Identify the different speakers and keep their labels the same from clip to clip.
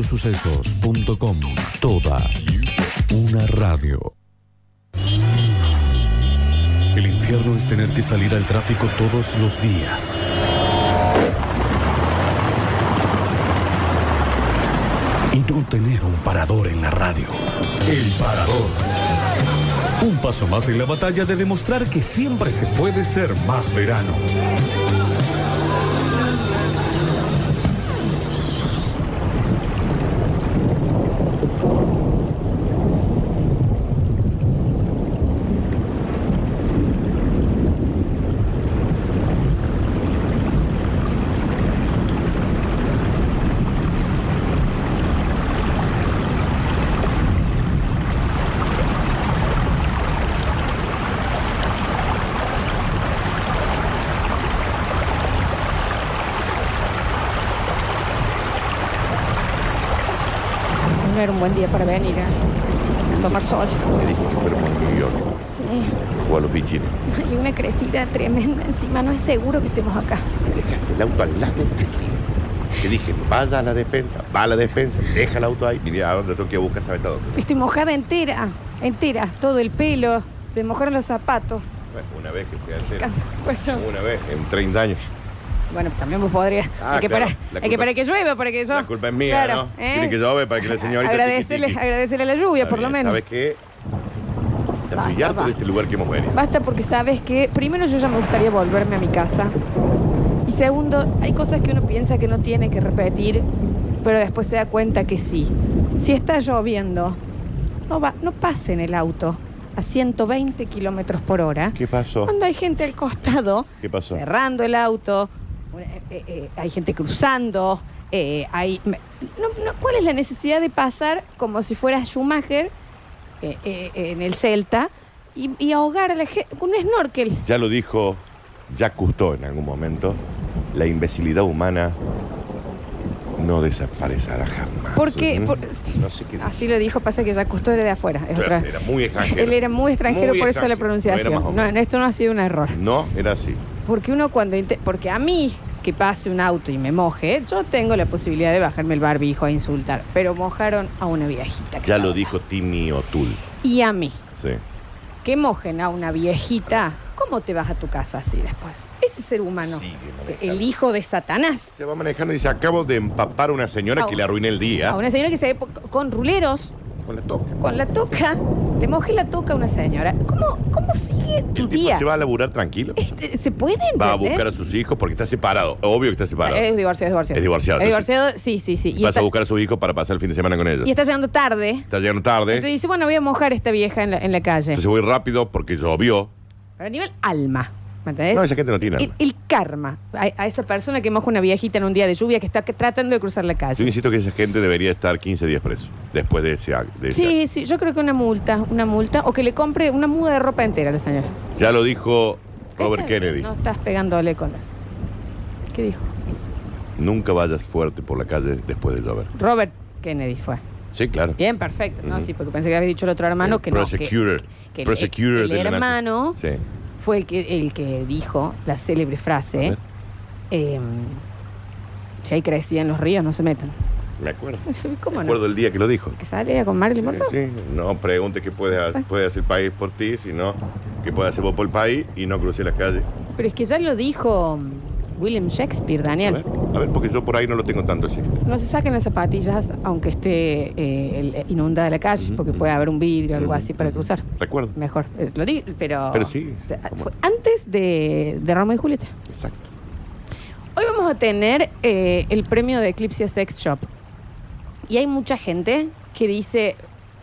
Speaker 1: www.radiosucesos.com. Toda una radio. El infierno es tener que salir al tráfico todos los días. Y no tener un parador en la radio. El parador. Un paso más en la batalla de demostrar que siempre se puede ser más verano.
Speaker 2: No era un buen día para venir a, a tomar sol.
Speaker 3: Te dije que fuéramos a New York
Speaker 2: Sí.
Speaker 3: o a los Virgin.
Speaker 2: Hay una crecida tremenda encima, no es seguro que estemos acá.
Speaker 3: Me dejaste el auto al lado. Te dije, vaya a la despensa, va a la despensa, deja el auto ahí. Mira, ahora te tengo que ir a buscar, ¿sabes a dónde?
Speaker 2: Estoy mojada entera, entera, todo el pelo, se mojaron los zapatos.
Speaker 3: Bueno, una vez que sea entero.
Speaker 2: Pues yo-
Speaker 3: Una vez, en 30 años.
Speaker 2: Bueno, pues también vos podrías.
Speaker 3: Ah,
Speaker 2: hay que,
Speaker 3: claro,
Speaker 2: parar,
Speaker 3: la
Speaker 2: hay que
Speaker 3: culpa-
Speaker 2: parar que llueva para que yo.
Speaker 3: La culpa es mía,
Speaker 2: Claro,
Speaker 3: ¿no?
Speaker 2: ¿eh?
Speaker 3: Tiene que llover para que la señorita...
Speaker 2: Agradecerle,
Speaker 3: tiqui, tiqui.
Speaker 2: agradecerle la lluvia, por lo
Speaker 3: Está bien,
Speaker 2: menos.
Speaker 3: ¿Sabes qué? Te
Speaker 2: Basta,
Speaker 3: pillaste de
Speaker 2: basta.
Speaker 3: este lugar que hemos venido.
Speaker 2: Basta porque sabes que, primero, yo ya me gustaría volverme a mi casa. Y segundo, hay cosas que uno piensa que no tiene que repetir, pero después se da cuenta que sí. Si está lloviendo, no, va, no pase en el auto a 120 kilómetros por hora.
Speaker 3: ¿Qué pasó?
Speaker 2: Cuando hay gente al costado,
Speaker 3: ¿Qué pasó?
Speaker 2: cerrando el auto, una- eh, eh, hay gente cruzando, eh, hay... me- no- no, ¿Cuál es la necesidad de pasar como si fuera Schumacher eh, eh, en el Celta y, y ahogar a la gente con un snorkel?
Speaker 3: Ya lo dijo Jacques Cousteau en algún momento. La imbecilidad humana no desaparecerá jamás.
Speaker 2: Porque...
Speaker 3: ¿Mm?
Speaker 2: por-
Speaker 3: No sé qué dijo.
Speaker 2: así lo dijo, pasa que ya Cousteau era de afuera. es
Speaker 3: Claro,
Speaker 2: otra-
Speaker 3: Era muy extranjero.
Speaker 2: él era muy extranjero,
Speaker 3: Muy
Speaker 2: por eso la
Speaker 3: extranjero, no era
Speaker 2: pronunciación.
Speaker 3: más hombre.
Speaker 2: No, no, esto no ha sido un error.
Speaker 3: No, era así.
Speaker 2: Porque uno cuando... inte- Porque a mí, que pase un auto y me moje, yo tengo la posibilidad de bajarme el barbijo a insultar. Pero mojaron a una viejita. que
Speaker 3: Ya lo
Speaker 2: estaba.
Speaker 3: dijo Timmy O'Toole.
Speaker 2: Y a mí,
Speaker 3: Sí.
Speaker 2: que mojen a una viejita, ¿cómo te vas a tu casa así después? Ese ser humano,
Speaker 3: Sigue manejando.
Speaker 2: el hijo de Satanás,
Speaker 3: Se va manejando y dice, acabo de empapar a una señora
Speaker 2: Ah,
Speaker 3: que le arruiné el día.
Speaker 2: a una señora que se ve po- con ruleros,
Speaker 3: Con la toca.
Speaker 2: con la toca, le mojé la toca a una señora. ¿Cómo, cómo sigue
Speaker 3: El
Speaker 2: tu
Speaker 3: tipo
Speaker 2: día?
Speaker 3: se va a laburar tranquilo.
Speaker 2: Este, ¿Se puede entender? Eh,
Speaker 3: Va a buscar a sus hijos porque está separado. Obvio que está separado.
Speaker 2: Es divorciado, es divorciado.
Speaker 3: Es divorciado,
Speaker 2: Es
Speaker 3: entonces-
Speaker 2: divorciado, sí, sí, sí. Y
Speaker 3: Vas
Speaker 2: está,
Speaker 3: a buscar a sus hijos para pasar el fin de semana con ellos.
Speaker 2: y está llegando tarde.
Speaker 3: Está llegando tarde.
Speaker 2: Entonces dice, bueno, voy a mojar a esta vieja en la, en la calle.
Speaker 3: Entonces voy rápido porque llovió.
Speaker 2: Pero a nivel alma, ¿me entendés?
Speaker 3: No, esa gente no tiene
Speaker 2: el,
Speaker 3: alma.
Speaker 2: el karma a, a esa persona que moja una viejita en un día de lluvia que está que- tratando de cruzar la
Speaker 3: Yo
Speaker 2: calle.
Speaker 3: insisto que esa gente debería estar 15 días preso después de ese ac- de ese
Speaker 2: Sí, sí, yo creo que una multa, una multa, o que le compre una muda de ropa entera a la señora.
Speaker 3: acto. Ya lo dijo Robert
Speaker 2: Ahí está,
Speaker 3: Kennedy.
Speaker 2: No estás pegándole con él. ¿Qué dijo?
Speaker 3: Nunca vayas fuerte por la calle después de llover.
Speaker 2: Robert Kennedy fue.
Speaker 3: Sí, claro.
Speaker 2: Bien, perfecto. No,
Speaker 3: Ujú.
Speaker 2: sí, porque pensé que había dicho el otro hermano
Speaker 3: El
Speaker 2: que no. que
Speaker 3: prosecutor.
Speaker 2: que el-
Speaker 3: prosecutor
Speaker 2: el
Speaker 3: de la nación.
Speaker 2: hermano-
Speaker 3: Sí.
Speaker 2: fue el que, el que dijo la célebre
Speaker 3: A
Speaker 2: frase:
Speaker 3: ver.
Speaker 2: eh, Si hay crecida en los ríos, no se metan.
Speaker 3: Me acuerdo.
Speaker 2: ¿Cómo
Speaker 3: Me
Speaker 2: no?
Speaker 3: acuerdo el día que lo dijo.
Speaker 2: Que sale con Marilyn Monroe.
Speaker 3: Sí, no pregunte qué puede, ha-
Speaker 2: Exacto.
Speaker 3: puede hacer el país por ti, sino qué puede hacer vos por el país y no crucé las calles.
Speaker 2: Pero es que ya lo dijo mm, William Shakespeare,
Speaker 3: A
Speaker 2: Daniel.
Speaker 3: ver, a ver, porque yo por ahí no lo tengo tanto así.
Speaker 2: No se saquen las zapatillas aunque esté eh, el- inundada la calle,
Speaker 3: Ujú,
Speaker 2: porque
Speaker 3: ujú.
Speaker 2: puede haber un vidrio o algo
Speaker 3: Ujú,
Speaker 2: así para cruzar.
Speaker 3: Recuerdo.
Speaker 2: Mejor, eh, lo digo, pero...
Speaker 3: Pero sí,
Speaker 2: Te-
Speaker 3: ¿cómo?
Speaker 2: fue antes de, de Romeo y Julieta.
Speaker 3: Exacto.
Speaker 2: Hoy vamos a tener eh, el premio de Eclipse Sex Shop. Y hay mucha gente que dice,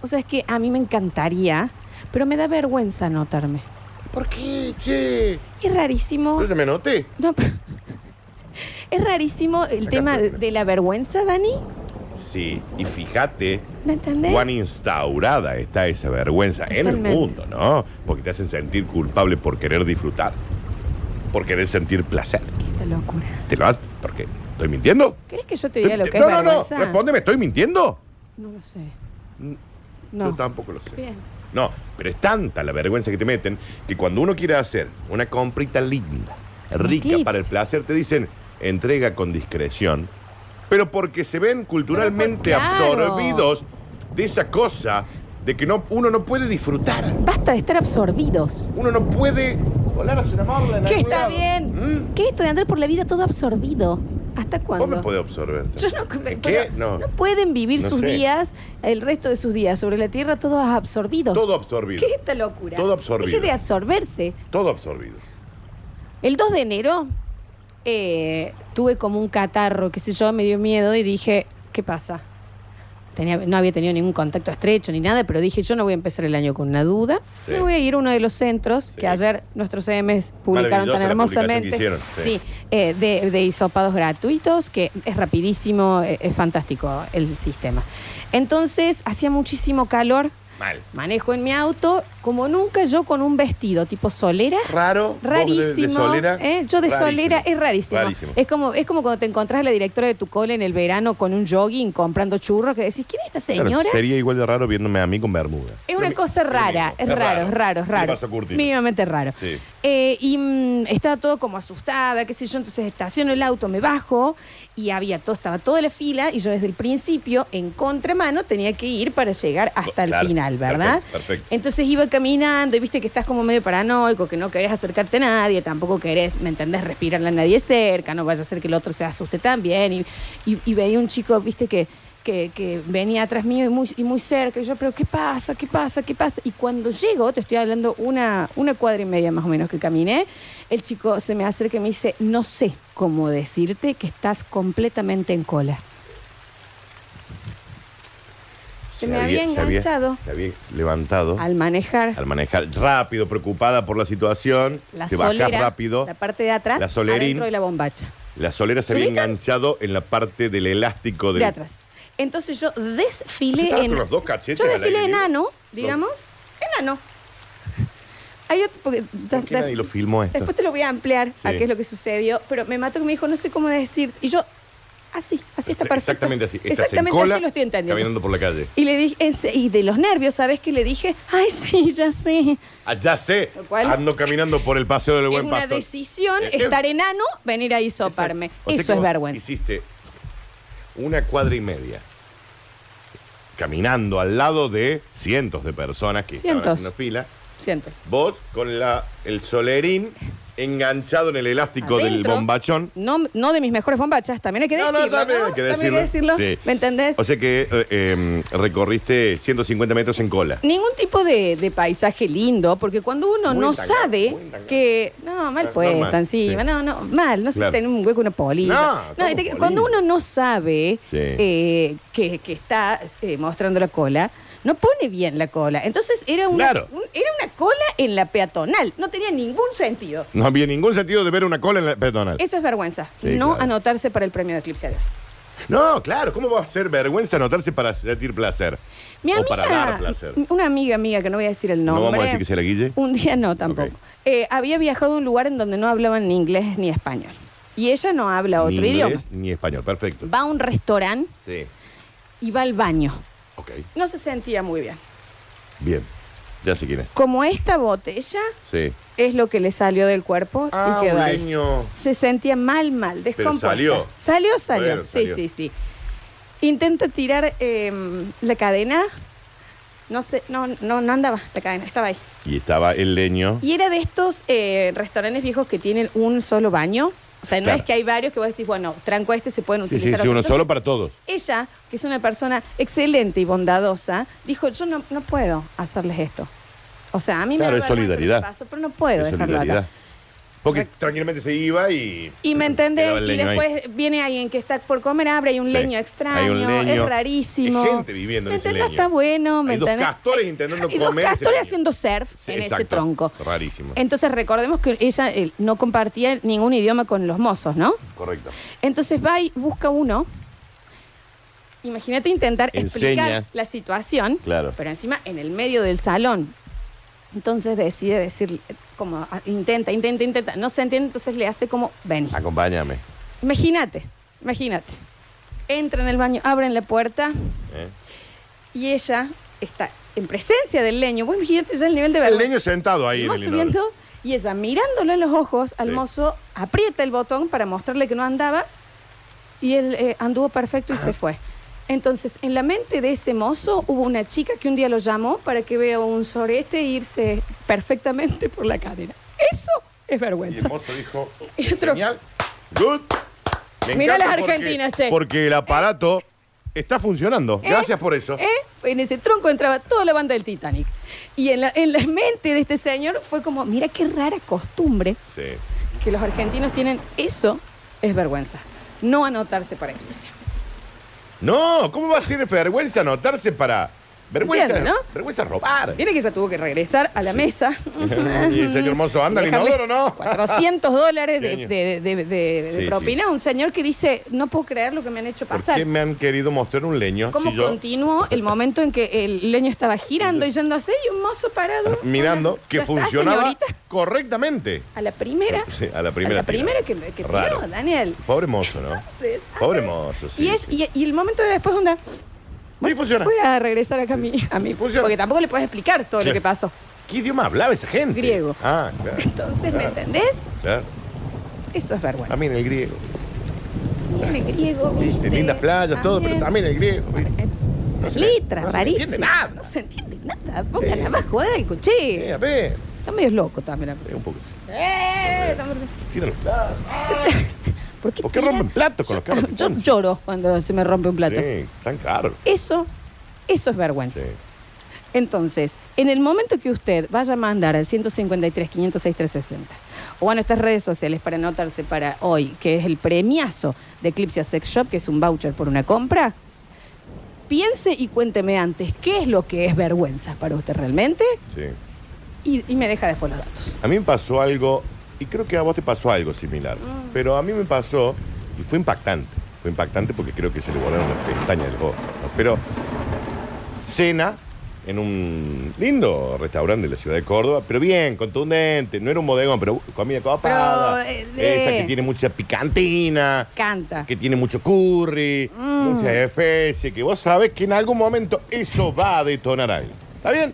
Speaker 2: o sea, es que a mí me encantaría, pero me da vergüenza anotarme.
Speaker 3: ¿Por qué, che?
Speaker 2: Es rarísimo...
Speaker 3: Yo ya me anoté.
Speaker 2: No, pero- es rarísimo el
Speaker 3: Acá
Speaker 2: tema de,
Speaker 3: estoy.
Speaker 2: de la vergüenza, Dani.
Speaker 3: Sí, y fíjate
Speaker 2: ¿Me entendés?
Speaker 3: cuán instaurada está esa vergüenza en el
Speaker 2: Totalmente.
Speaker 3: mundo, ¿no? Porque te hacen sentir culpable por querer disfrutar, por querer sentir placer.
Speaker 2: Qué locura.
Speaker 3: ¿Te lo has- ¿Por qué? ¿Estoy mintiendo?
Speaker 2: ¿Crees que yo te diga lo que
Speaker 3: no,
Speaker 2: es
Speaker 3: no, no,
Speaker 2: vergüenza?
Speaker 3: respóndeme, ¿estoy mintiendo?
Speaker 2: No lo sé.
Speaker 3: N- Yo
Speaker 2: No.
Speaker 3: tampoco lo sé.
Speaker 2: Bien.
Speaker 3: No, pero es tanta la vergüenza que te meten que cuando uno quiere hacer una comprita linda, rica
Speaker 2: Eclipse.
Speaker 3: para el placer, te dicen entrega con discreción Pero porque se ven culturalmente
Speaker 2: Pero, claro.
Speaker 3: absorbidos de esa cosa de que no, uno no puede disfrutar.
Speaker 2: Basta de estar absorbidos.
Speaker 3: Uno no puede volar a una morla en
Speaker 2: Que
Speaker 3: algún
Speaker 2: está
Speaker 3: lado.
Speaker 2: bien.
Speaker 3: ¿Mm?
Speaker 2: ¿Qué es esto de andar por la vida todo absorbido? ¿Hasta
Speaker 3: Vos
Speaker 2: cuándo?
Speaker 3: me podés absorber.
Speaker 2: Yo no,
Speaker 3: ¿En ¿Qué?
Speaker 2: pero
Speaker 3: No.
Speaker 2: no pueden vivir
Speaker 3: No
Speaker 2: sus
Speaker 3: sé.
Speaker 2: días, el resto de sus días sobre la tierra, todos absorbidos.
Speaker 3: Todo absorbido.
Speaker 2: ¿Qué es esta locura?
Speaker 3: Todo absorbido.
Speaker 2: Deje de absorberse.
Speaker 3: Todo absorbido.
Speaker 2: El 2 de enero eh, tuve como un catarro, qué sé yo, me dio miedo y dije, ¿qué pasa? Tenía- no había tenido ningún contacto estrecho ni nada, pero dije, yo no voy a empezar el año con una duda.
Speaker 3: Sí.
Speaker 2: Me voy a ir a uno de los centros
Speaker 3: Sí.
Speaker 2: que ayer nuestros CMs publicaron tan
Speaker 3: Maravillosa la publicación
Speaker 2: hermosamente.
Speaker 3: que hicieron, sí.
Speaker 2: sí, eh, de, de hisopados gratuitos, que es rapidísimo, eh, es fantástico el sistema. Entonces, hacía muchísimo calor,
Speaker 3: Mal.
Speaker 2: manejo en mi auto, como nunca yo con un vestido tipo solera.
Speaker 3: Raro. vos de-
Speaker 2: Rarísimo.
Speaker 3: De, solera.
Speaker 2: ¿eh? Yo de
Speaker 3: Rarísimo.
Speaker 2: solera es rarísimo.
Speaker 3: Rarísimo.
Speaker 2: Es como es como cuando te encontrás a la directora de tu cole en el verano con un jogging comprando churros que decís, ¿quién es esta
Speaker 3: Claro,
Speaker 2: señora?
Speaker 3: sería igual de raro viéndome a mí con bermuda.
Speaker 2: es una
Speaker 3: Lo mi-
Speaker 2: cosa
Speaker 3: lo
Speaker 2: rara,
Speaker 3: mismo.
Speaker 2: es raro, es raro, es
Speaker 3: ¿Qué
Speaker 2: raro.
Speaker 3: le pasó, Curtino?
Speaker 2: Mínimamente raro.
Speaker 3: Sí.
Speaker 2: Eh, y mm, estaba todo como asustada, qué sé yo, entonces estaciono el auto, me bajo y había todo, estaba toda la fila y yo desde el principio, en contramano, tenía que ir para llegar hasta el
Speaker 3: Claro,
Speaker 2: final, ¿verdad?
Speaker 3: perfecto, perfecto.
Speaker 2: Entonces iba caminando y viste que estás como medio paranoico, que no querés acercarte a nadie, tampoco querés, ¿me entendés? Respirarle a nadie cerca, no vaya a ser que el otro se asuste también. Y, y, y veía un chico, viste, que, que, que venía atrás mío y muy, y muy cerca. Y yo, pero ¿qué pasa? ¿Qué pasa? ¿Qué pasa? Y cuando llego, te estoy hablando una, una cuadra y media más o menos que caminé, el chico se me acerca y me dice, no sé cómo decirte que estás completamente en cola. Se, me había, enganchado
Speaker 3: Se había, levantado Oh. al,
Speaker 2: al manejar.
Speaker 3: manejar rápido, preocupada por la situación.
Speaker 2: La
Speaker 3: se
Speaker 2: solera,
Speaker 3: baja rápido.
Speaker 2: la parte de atrás,
Speaker 3: La solerín.
Speaker 2: adentro de la bombacha,
Speaker 3: La solera se había
Speaker 2: ¿Se ubican?
Speaker 3: enganchado en la parte del elástico del.
Speaker 2: de atrás. Entonces yo desfilé
Speaker 3: Estaba
Speaker 2: en...
Speaker 3: con los dos cachetes
Speaker 2: yo
Speaker 3: al
Speaker 2: desfilé
Speaker 3: aire libre.
Speaker 2: enano, digamos, enano. Hay otro, porque ya-
Speaker 3: ¿Por qué nadie lo filmó esto?
Speaker 2: después te lo voy a ampliar a
Speaker 3: Sí.
Speaker 2: qué es lo que sucedió, pero me mató que me dijo, no sé cómo decir, y yo, así, así está perfecto.
Speaker 3: Exactamente así. Estás
Speaker 2: Exactamente
Speaker 3: en cola,
Speaker 2: así lo estoy entendiendo.
Speaker 3: Caminando por la calle.
Speaker 2: Y le dije, ense- y de los nervios, ¿sabes qué? Le dije, ay, sí, ya sé.
Speaker 3: Allá sé.
Speaker 2: Lo cual-
Speaker 3: Ando caminando por el paseo del
Speaker 2: Es
Speaker 3: buen
Speaker 2: una
Speaker 3: pastor.
Speaker 2: decisión
Speaker 3: Eh, eh.
Speaker 2: estar enano, venir a hisoparme.
Speaker 3: Exacto. O sea que
Speaker 2: Eso es
Speaker 3: vos
Speaker 2: vergüenza.
Speaker 3: Hiciste una cuadra y media caminando al lado de cientos de personas que
Speaker 2: Cientos.
Speaker 3: estaban haciendo fila.
Speaker 2: Siento.
Speaker 3: Vos con la, el solerín enganchado en el elástico del
Speaker 2: Adentro,
Speaker 3: bombachón.
Speaker 2: No, no de mis mejores bombachas, también hay que
Speaker 3: No,
Speaker 2: decirlo.
Speaker 3: no,
Speaker 2: No,
Speaker 3: también hay que
Speaker 2: También hay que
Speaker 3: decirlo.
Speaker 2: decirlo.
Speaker 3: Sí.
Speaker 2: ¿Me entendés?
Speaker 3: O sea que eh, eh, recorriste 150 metros en cola.
Speaker 2: Ningún tipo de, de paisaje lindo, porque cuando uno
Speaker 3: Muy
Speaker 2: no
Speaker 3: tangado,
Speaker 2: sabe
Speaker 3: muy tangado.
Speaker 2: que. No, mal
Speaker 3: Ah,
Speaker 2: puesta
Speaker 3: normal,
Speaker 2: encima.
Speaker 3: sí.
Speaker 2: No, no, mal. No sé
Speaker 3: Claro.
Speaker 2: si tiene un hueco una polilla.
Speaker 3: No, ¿cómo
Speaker 2: y te-
Speaker 3: polilla?
Speaker 2: cuando uno no sabe
Speaker 3: Sí.
Speaker 2: eh, que, que está eh, mostrando la cola, no pone bien la cola. Entonces era una,
Speaker 3: Claro.
Speaker 2: un- era una cola en la peatonal. No tenía ningún sentido.
Speaker 3: No había ningún sentido de ver una cola en la peatonal.
Speaker 2: Eso es vergüenza.
Speaker 3: Sí,
Speaker 2: no
Speaker 3: claro.
Speaker 2: anotarse para el premio de Eclipse Ayer.
Speaker 3: No, claro, ¿cómo va a ser vergüenza anotarse para sentir placer?
Speaker 2: Mi
Speaker 3: o
Speaker 2: amiga,
Speaker 3: para dar placer.
Speaker 2: una amiga amiga que no voy a decir el
Speaker 3: No
Speaker 2: nombre.
Speaker 3: vamos a decir que sea la Guille.
Speaker 2: Un día no tampoco.
Speaker 3: Ok.
Speaker 2: Eh, había viajado a un lugar en donde no hablaban ni inglés ni español. Y ella no habla otro
Speaker 3: ni
Speaker 2: idioma.
Speaker 3: inglés ni español, perfecto.
Speaker 2: Va a un restaurante
Speaker 3: Sí.
Speaker 2: y va al baño.
Speaker 3: Ok,
Speaker 2: No se sentía muy bien.
Speaker 3: bien. Ya sé quién es.
Speaker 2: Como esta botella
Speaker 3: Sí.
Speaker 2: es lo que le salió del cuerpo
Speaker 3: Ah,
Speaker 2: y quedó
Speaker 3: un
Speaker 2: ahí.
Speaker 3: leño.
Speaker 2: Se sentía mal, mal, descompuesta.
Speaker 3: salió.
Speaker 2: Salió, salió.
Speaker 3: Bueno,
Speaker 2: sí,
Speaker 3: salió.
Speaker 2: sí, sí. Intenta tirar eh, la cadena. No sé, no, no, no andaba la cadena, estaba ahí.
Speaker 3: Y estaba el leño.
Speaker 2: Y era de estos eh, restaurantes viejos que tienen un solo baño. O sea, no
Speaker 3: Claro.
Speaker 2: es que hay varios que vos decís, bueno, tranco este, se pueden
Speaker 3: Sí,
Speaker 2: utilizar.
Speaker 3: sí, sí,
Speaker 2: otros.
Speaker 3: uno
Speaker 2: Entonces,
Speaker 3: solo para todos.
Speaker 2: Ella, que es una persona excelente y bondadosa, dijo, yo no, no puedo hacerles esto. O sea, a mí
Speaker 3: Claro,
Speaker 2: me da vergüenza
Speaker 3: es
Speaker 2: lo que
Speaker 3: solidaridad.
Speaker 2: pasó, pero no puedo
Speaker 3: Es
Speaker 2: dejarlo
Speaker 3: solidaridad.
Speaker 2: acá.
Speaker 3: Porque tranquilamente se iba y.
Speaker 2: Y me
Speaker 3: Quedaba
Speaker 2: entendés,
Speaker 3: el
Speaker 2: y
Speaker 3: leño ahí.
Speaker 2: después viene alguien que está por comer, abre, hay un
Speaker 3: Sí.
Speaker 2: leño extraño,
Speaker 3: Hay un leño.
Speaker 2: es rarísimo.
Speaker 3: Hay gente viviendo en
Speaker 2: ¿Me
Speaker 3: ese
Speaker 2: entendés?
Speaker 3: leño.
Speaker 2: Está bueno, ¿me
Speaker 3: Hay dos
Speaker 2: entendés?
Speaker 3: castores intentando
Speaker 2: Hay
Speaker 3: comer
Speaker 2: Dos
Speaker 3: ese
Speaker 2: castores
Speaker 3: leño.
Speaker 2: haciendo surf
Speaker 3: Sí,
Speaker 2: en ese
Speaker 3: exacto.
Speaker 2: tronco. Eh.
Speaker 3: Rarísimo.
Speaker 2: Entonces recordemos que ella eh, no compartía ningún idioma con los mozos, ¿no?
Speaker 3: Correcto.
Speaker 2: Entonces va y busca uno. Imagínate intentar explicar
Speaker 3: Enseñas.
Speaker 2: la situación,
Speaker 3: Claro.
Speaker 2: pero encima en el medio del salón. Entonces decide decir, como ah, intenta, intenta, intenta, no se entiende, entonces le hace como, ven.
Speaker 3: Ah. Acompáñame.
Speaker 2: Imagínate, imagínate. Entra en el baño, abren la puerta
Speaker 3: ¿eh?
Speaker 2: y ella está en presencia del leño. Bueno, imagínate ya el nivel de
Speaker 3: El
Speaker 2: vergüenza.
Speaker 3: leño sentado ahí
Speaker 2: Y
Speaker 3: en
Speaker 2: vos
Speaker 3: el inodoro.
Speaker 2: subiendo y ella mirándolo en los ojos al
Speaker 3: Sí.
Speaker 2: mozo, aprieta el botón para mostrarle que no andaba y él eh, anduvo perfecto y se fue. Entonces, en la mente de ese mozo hubo una chica que un día lo llamó para que vea un sorete irse perfectamente por la cadena. Eso es
Speaker 3: Y
Speaker 2: vergüenza.
Speaker 3: el mozo dijo,
Speaker 2: Y
Speaker 3: "Es
Speaker 2: otro-
Speaker 3: genial, good. Me
Speaker 2: Mirá
Speaker 3: encanta
Speaker 2: las
Speaker 3: porque-
Speaker 2: argentinas, che.
Speaker 3: Porque el aparato está funcionando.
Speaker 2: ¿Eh?
Speaker 3: Gracias por eso.
Speaker 2: ¿Eh? En ese tronco entraba toda la banda del Titanic. Y en la, en la mente de este señor fue como, mira qué rara costumbre
Speaker 3: Sí.
Speaker 2: que los argentinos tienen. Eso es vergüenza. No anotarse para iglesia.
Speaker 3: No, ¿cómo va a ser vergüenza anotarse para... Vergüenza,
Speaker 2: Entiendo, ¿no?
Speaker 3: vergüenza robar.
Speaker 2: Tiene que ella tuvo que regresar a la mesa.
Speaker 3: y señor mozo, anda al
Speaker 2: Dejarle
Speaker 3: inodoro, ¿no?
Speaker 2: 400 dólares de,
Speaker 3: Genio.
Speaker 2: de- de- de- de- de
Speaker 3: Sí,
Speaker 2: propina a un señor que dice, no puedo creer lo que me han hecho
Speaker 3: ¿Por
Speaker 2: pasar.
Speaker 3: qué me han querido mostrar un leño?
Speaker 2: ¿Cómo
Speaker 3: si yo-
Speaker 2: continuó el momento en que el leño estaba girando y yéndose y un mozo parado?
Speaker 3: mirando
Speaker 2: Hola,
Speaker 3: que
Speaker 2: ¿ya está,
Speaker 3: funcionaba
Speaker 2: Ah, señorita?
Speaker 3: correctamente.
Speaker 2: A la primera.
Speaker 3: Sí, a la primera
Speaker 2: A la
Speaker 3: tirada.
Speaker 2: primera que, que tiró,
Speaker 3: Raro.
Speaker 2: Daniel.
Speaker 3: Pobre mozo, ¿no?
Speaker 2: Sí.
Speaker 3: Pobre mozo, sí.
Speaker 2: y, es- y- y el momento de después, onda,
Speaker 3: Sí, funciona.
Speaker 2: voy a regresar acá a mí. A mí
Speaker 3: Funciona.
Speaker 2: porque tampoco le puedes explicar todo lo
Speaker 3: Claro.
Speaker 2: que pasó.
Speaker 3: ¿Qué idioma hablaba esa gente?
Speaker 2: Griego.
Speaker 3: Ah, claro.
Speaker 2: Entonces, ¿me
Speaker 3: Claro,
Speaker 2: entendés? Pues
Speaker 3: Claro.
Speaker 2: Eso es vergüenza.
Speaker 3: También Ah, el griego.
Speaker 2: Bien, el griego,
Speaker 3: Viste,
Speaker 2: ¿viste?
Speaker 3: lindas playas, todo, pero también el griego. ¿viste? No se-
Speaker 2: Litra,
Speaker 3: no se
Speaker 2: París.
Speaker 3: entiende nada.
Speaker 2: No se entiende nada. Pongan
Speaker 3: Sí.
Speaker 2: abajo algo,
Speaker 3: Eh,
Speaker 2: che.
Speaker 3: a ver,
Speaker 2: Está medio loco también.
Speaker 3: eh, un poco.
Speaker 2: Eh, estamos-
Speaker 3: Tira los platos.
Speaker 2: ¿Por qué,
Speaker 3: ¿Por qué
Speaker 2: tiran?
Speaker 3: rompen platos con los carros?
Speaker 2: Ah, Yo- Yo lloro cuando se me rompe un plato.
Speaker 3: Sí, tan caro.
Speaker 2: Eso, eso es vergüenza.
Speaker 3: Sí.
Speaker 2: Entonces, en el momento que usted vaya a mandar al 153 506 360 o a nuestras redes sociales para anotarse para hoy, que es el premiazo de Eclipse Sex Shop, que es un voucher por una compra, piense y cuénteme antes qué es lo que es vergüenza para usted realmente
Speaker 3: sí.
Speaker 2: y, y me deja después los datos.
Speaker 3: A mí me pasó algo, y creo que a vos te pasó algo similar,
Speaker 2: Mm.
Speaker 3: pero a mí me pasó, y fue impactante, fue impactante porque creo que se le volaron las pestañas del ojo, ¿no? pero cena en un lindo restaurante de la ciudad de Córdoba, pero bien, contundente, no era un bodegón, pero comida copada,
Speaker 2: Pero, eh, de-
Speaker 3: esa que tiene mucha picantina,
Speaker 2: Canta.
Speaker 3: que tiene mucho curry,
Speaker 2: Mm.
Speaker 3: muchas especies, que vos sabés que en algún momento eso va a detonar algo, ¿está bien?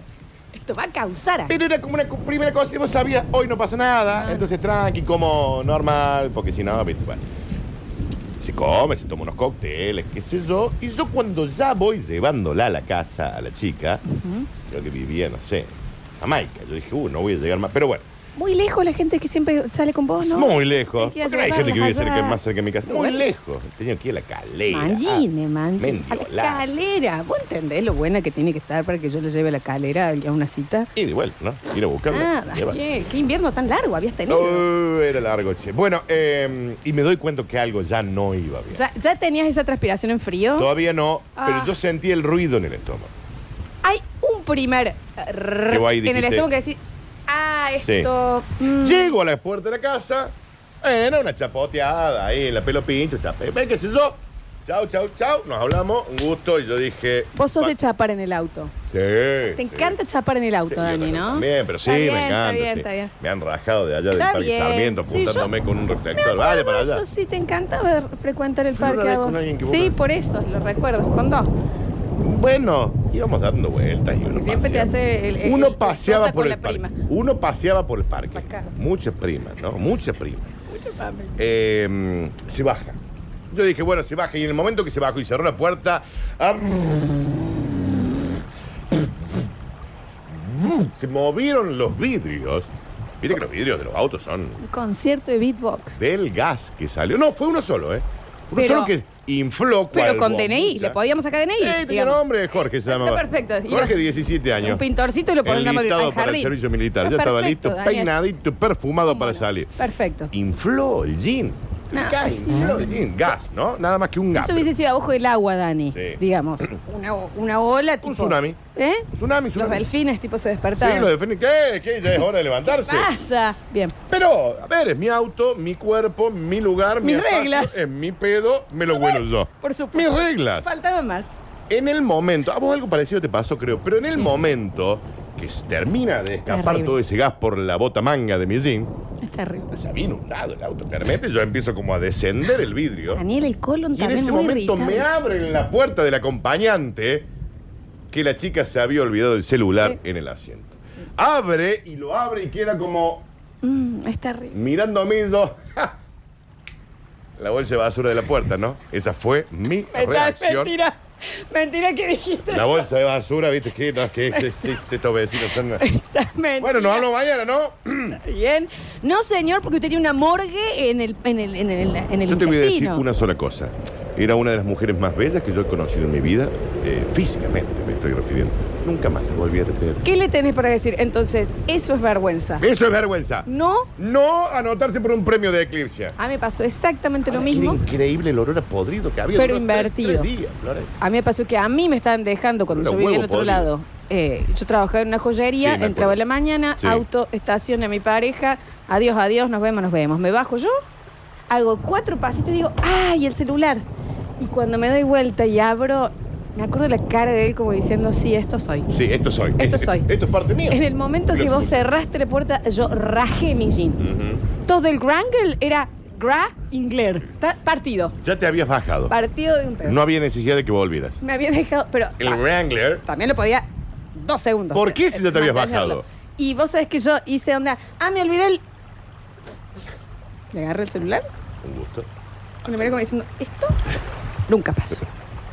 Speaker 2: Esto va a causar. algo.
Speaker 3: Pero era como una co- primera cosa y vos sabías, hoy no pasa nada,
Speaker 2: Claro.
Speaker 3: entonces tranqui, como normal, porque si no, viste, bueno. Se come, se toma unos cócteles, qué sé yo. Y yo cuando ya voy llevándola a la casa, a la chica,
Speaker 2: ¿Mm?
Speaker 3: creo que vivía, no sé, en Jamaica. Yo dije, uh, no voy a llegar más. Pero bueno,
Speaker 2: Muy lejos la gente que siempre sale con vos,
Speaker 3: es
Speaker 2: ¿no?
Speaker 3: muy lejos.
Speaker 2: Hay que
Speaker 3: Porque no hay gente que
Speaker 2: llevarlas
Speaker 3: vive cerca-
Speaker 2: allá.
Speaker 3: más cerca de mi casa.
Speaker 2: Pero
Speaker 3: Muy
Speaker 2: bueno.
Speaker 3: lejos. Tenía que ir a la calera.
Speaker 2: Mangine,
Speaker 3: ah,
Speaker 2: mangine. A la
Speaker 3: Mendiolazo.
Speaker 2: calera. ¿Vos entendés lo buena que tiene que estar para que yo le lleve a la calera a una cita?
Speaker 3: Y de vuelta, ¿no? Ir a buscarla.
Speaker 2: Ah,
Speaker 3: llevarla.
Speaker 2: Daniel, qué invierno tan largo habías tenido.
Speaker 3: Oh, era largo, che. Bueno, eh, y me doy cuenta que algo ya no iba bien.
Speaker 2: Ya, ya tenías esa transpiración en frío.
Speaker 3: Todavía no,
Speaker 2: Ah.
Speaker 3: pero yo sentí el ruido en el estómago.
Speaker 2: Hay un primer rrr
Speaker 3: vos ahí
Speaker 2: en el
Speaker 3: dijiste-
Speaker 2: estómago que decís, ah,
Speaker 3: Sí.
Speaker 2: esto. mm,
Speaker 3: Llego a la puerta de la casa, era una chapoteada ahí, la pelo pincho, chape, ve, qué sé yo. Chau, chau, chau, nos hablamos, un gusto, y yo dije...
Speaker 2: Vos sos de
Speaker 3: pa-
Speaker 2: chapar en el auto.
Speaker 3: Sí.
Speaker 2: Te encanta chapar en el auto, Dani, ¿no?
Speaker 3: Bien, pero sí,
Speaker 2: Está
Speaker 3: me
Speaker 2: bien, Está
Speaker 3: encanta.
Speaker 2: bien,
Speaker 3: sí.
Speaker 2: está bien.
Speaker 3: Me han rajado de allá del
Speaker 2: Está
Speaker 3: parque
Speaker 2: bien.
Speaker 3: Sarmiento
Speaker 2: Sí,
Speaker 3: apuntándome
Speaker 2: yo-
Speaker 3: con un
Speaker 2: Me
Speaker 3: reflector.
Speaker 2: acuerdo
Speaker 3: Vale, para
Speaker 2: de
Speaker 3: allá.
Speaker 2: eso sí, te encantaba ver- frecuentar el
Speaker 3: Fui una
Speaker 2: parque.
Speaker 3: vez
Speaker 2: a vos.
Speaker 3: con alguien que vos
Speaker 2: sí,
Speaker 3: no-
Speaker 2: por eso, lo recuerdo, con dos.
Speaker 3: Bueno, íbamos dando vueltas y uno
Speaker 2: Que siempre te
Speaker 3: paseaba.
Speaker 2: hace el- el-
Speaker 3: uno
Speaker 2: el-
Speaker 3: paseaba
Speaker 2: nota
Speaker 3: por
Speaker 2: con
Speaker 3: el
Speaker 2: la
Speaker 3: parque.
Speaker 2: prima.
Speaker 3: Uno paseaba por el parque.
Speaker 2: Acá.
Speaker 3: Muchas primas, ¿no? Muchas primas.
Speaker 2: Mucho papel.
Speaker 3: Eh, se baja. Yo dije, bueno, se baja. Y en el momento que se bajó y cerró la puerta, ah, se movieron los vidrios. Viste que los vidrios de los autos son
Speaker 2: Un concierto de beatbox.
Speaker 3: del gas que salió. No, fue uno solo, ¿eh? Uno
Speaker 2: Pero-
Speaker 3: solo que infló.
Speaker 2: Pero
Speaker 3: cual
Speaker 2: con DNI,
Speaker 3: bombucha.
Speaker 2: le podíamos sacar DNI.
Speaker 3: Sí, tenía
Speaker 2: digamos.
Speaker 3: nombre, Jorge se llamaba.
Speaker 2: perfecto. Y
Speaker 3: Jorge,
Speaker 2: lo-
Speaker 3: 17 años.
Speaker 2: Un pintorcito y lo ponen en
Speaker 3: Enlistado
Speaker 2: la
Speaker 3: para el servicio militar. Ya estaba listo, peinadito, perfumado para salir.
Speaker 2: Perfecto.
Speaker 3: Infló el jean.
Speaker 2: No,
Speaker 3: Acá
Speaker 2: pues,
Speaker 3: infló el jean. Gas, ¿no? Nada más que un
Speaker 2: Si
Speaker 3: gas.
Speaker 2: eso hubiese sido abajo del agua, Dani,
Speaker 3: Sí.
Speaker 2: digamos, una, o- una ola tipo...
Speaker 3: tsunami.
Speaker 2: ¿Eh?
Speaker 3: Tsunami,
Speaker 2: Los
Speaker 3: tsunami.
Speaker 2: delfines tipo se despertaban.
Speaker 3: Sí, lo defendí. ¿Qué? ¿Qué? Ya es hora de levantarse.
Speaker 2: ¡Pasa! Bien.
Speaker 3: Pero, a ver, es mi auto, mi cuerpo, mi lugar, mi
Speaker 2: Mis
Speaker 3: espacio,
Speaker 2: reglas.
Speaker 3: Es mi pedo, me lo huelo yo.
Speaker 2: Por supuesto.
Speaker 3: Mis reglas.
Speaker 2: Faltaba más.
Speaker 3: En el momento, a vos algo parecido te pasó, creo, pero en el momento que se termina de escapar
Speaker 2: Terrible.
Speaker 3: todo ese gas por la bota manga de mi jean,
Speaker 2: Es terrible.
Speaker 3: se había inundado el auto. Realmente yo empiezo como a descender el vidrio.
Speaker 2: Daniel, el colon
Speaker 3: Y en
Speaker 2: también
Speaker 3: ese
Speaker 2: muy
Speaker 3: momento
Speaker 2: irritable.
Speaker 3: me abren la puerta del acompañante que la chica se había olvidado el celular en el asiento. Abre y lo abre y queda como
Speaker 2: Mm, es terrible.
Speaker 3: mirándome y yo. la bolsa de basura de la puerta, ¿no? Esa fue mi reacción.
Speaker 2: Mentira. Mentira que dijiste.
Speaker 3: La bolsa de basura, viste que no es que existe estos vecinos son-
Speaker 2: Estás mentira.
Speaker 3: Bueno, nos hablamos mañana, ¿no?
Speaker 2: Bien. No, señor, porque usted tiene una morgue en el, en el, en el, en el
Speaker 3: Yo te voy a decir
Speaker 2: intestino.
Speaker 3: una sola cosa. Era una de las mujeres más bellas que yo he conocido en mi vida, eh, físicamente me estoy refiriendo. Nunca más la volví a repetir.
Speaker 2: ¿Qué le tenés para decir? Entonces, eso es vergüenza.
Speaker 3: Eso es vergüenza.
Speaker 2: No,
Speaker 3: No anotarse por un premio de eclipse.
Speaker 2: a mí me pasó exactamente lo
Speaker 3: Era
Speaker 2: mismo.
Speaker 3: increíble el olor a podrido que había.
Speaker 2: Pero
Speaker 3: Duró tres-
Speaker 2: invertido.
Speaker 3: tres días, Flores.
Speaker 2: A mí me pasó que a mí me estaban dejando cuando
Speaker 3: Los
Speaker 2: yo vivía en
Speaker 3: huevos
Speaker 2: otro
Speaker 3: podridos.
Speaker 2: lado. Eh, yo trabajaba en una
Speaker 3: Sí,
Speaker 2: joyería,
Speaker 3: me acuerdo.
Speaker 2: entraba en la mañana,
Speaker 3: Sí.
Speaker 2: auto, estación a mi pareja, adiós, adiós, nos vemos, nos vemos. Me bajo yo, hago cuatro pasitos y digo, ¡ay, el celular! Y cuando me doy vuelta y abro, me acuerdo la cara de él como diciendo, sí, esto soy.
Speaker 3: Sí, esto soy.
Speaker 2: Esto
Speaker 3: Este-
Speaker 2: soy.
Speaker 3: Esto es parte mía.
Speaker 2: En el momento que
Speaker 3: Lo
Speaker 2: vos
Speaker 3: escucho.
Speaker 2: cerraste la puerta, yo rajé mi jean.
Speaker 3: Ujú.
Speaker 2: Todo el Grangel era Gra Ingler. Ta- Partido.
Speaker 3: Ya te habías bajado.
Speaker 2: Partido de un pedo.
Speaker 3: No había necesidad de que volvieras.
Speaker 2: Me había dejado. Pero
Speaker 3: El
Speaker 2: ta-
Speaker 3: Wrangler.
Speaker 2: también lo podía dos segundos.
Speaker 3: ¿Por qué si ya te habías
Speaker 2: Mantenerlo.
Speaker 3: bajado?
Speaker 2: Y vos sabés que yo hice onda. Ah, me olvidé el. Le agarré el celular.
Speaker 3: Un gusto.
Speaker 2: Y me miré como diciendo, esto nunca pasó.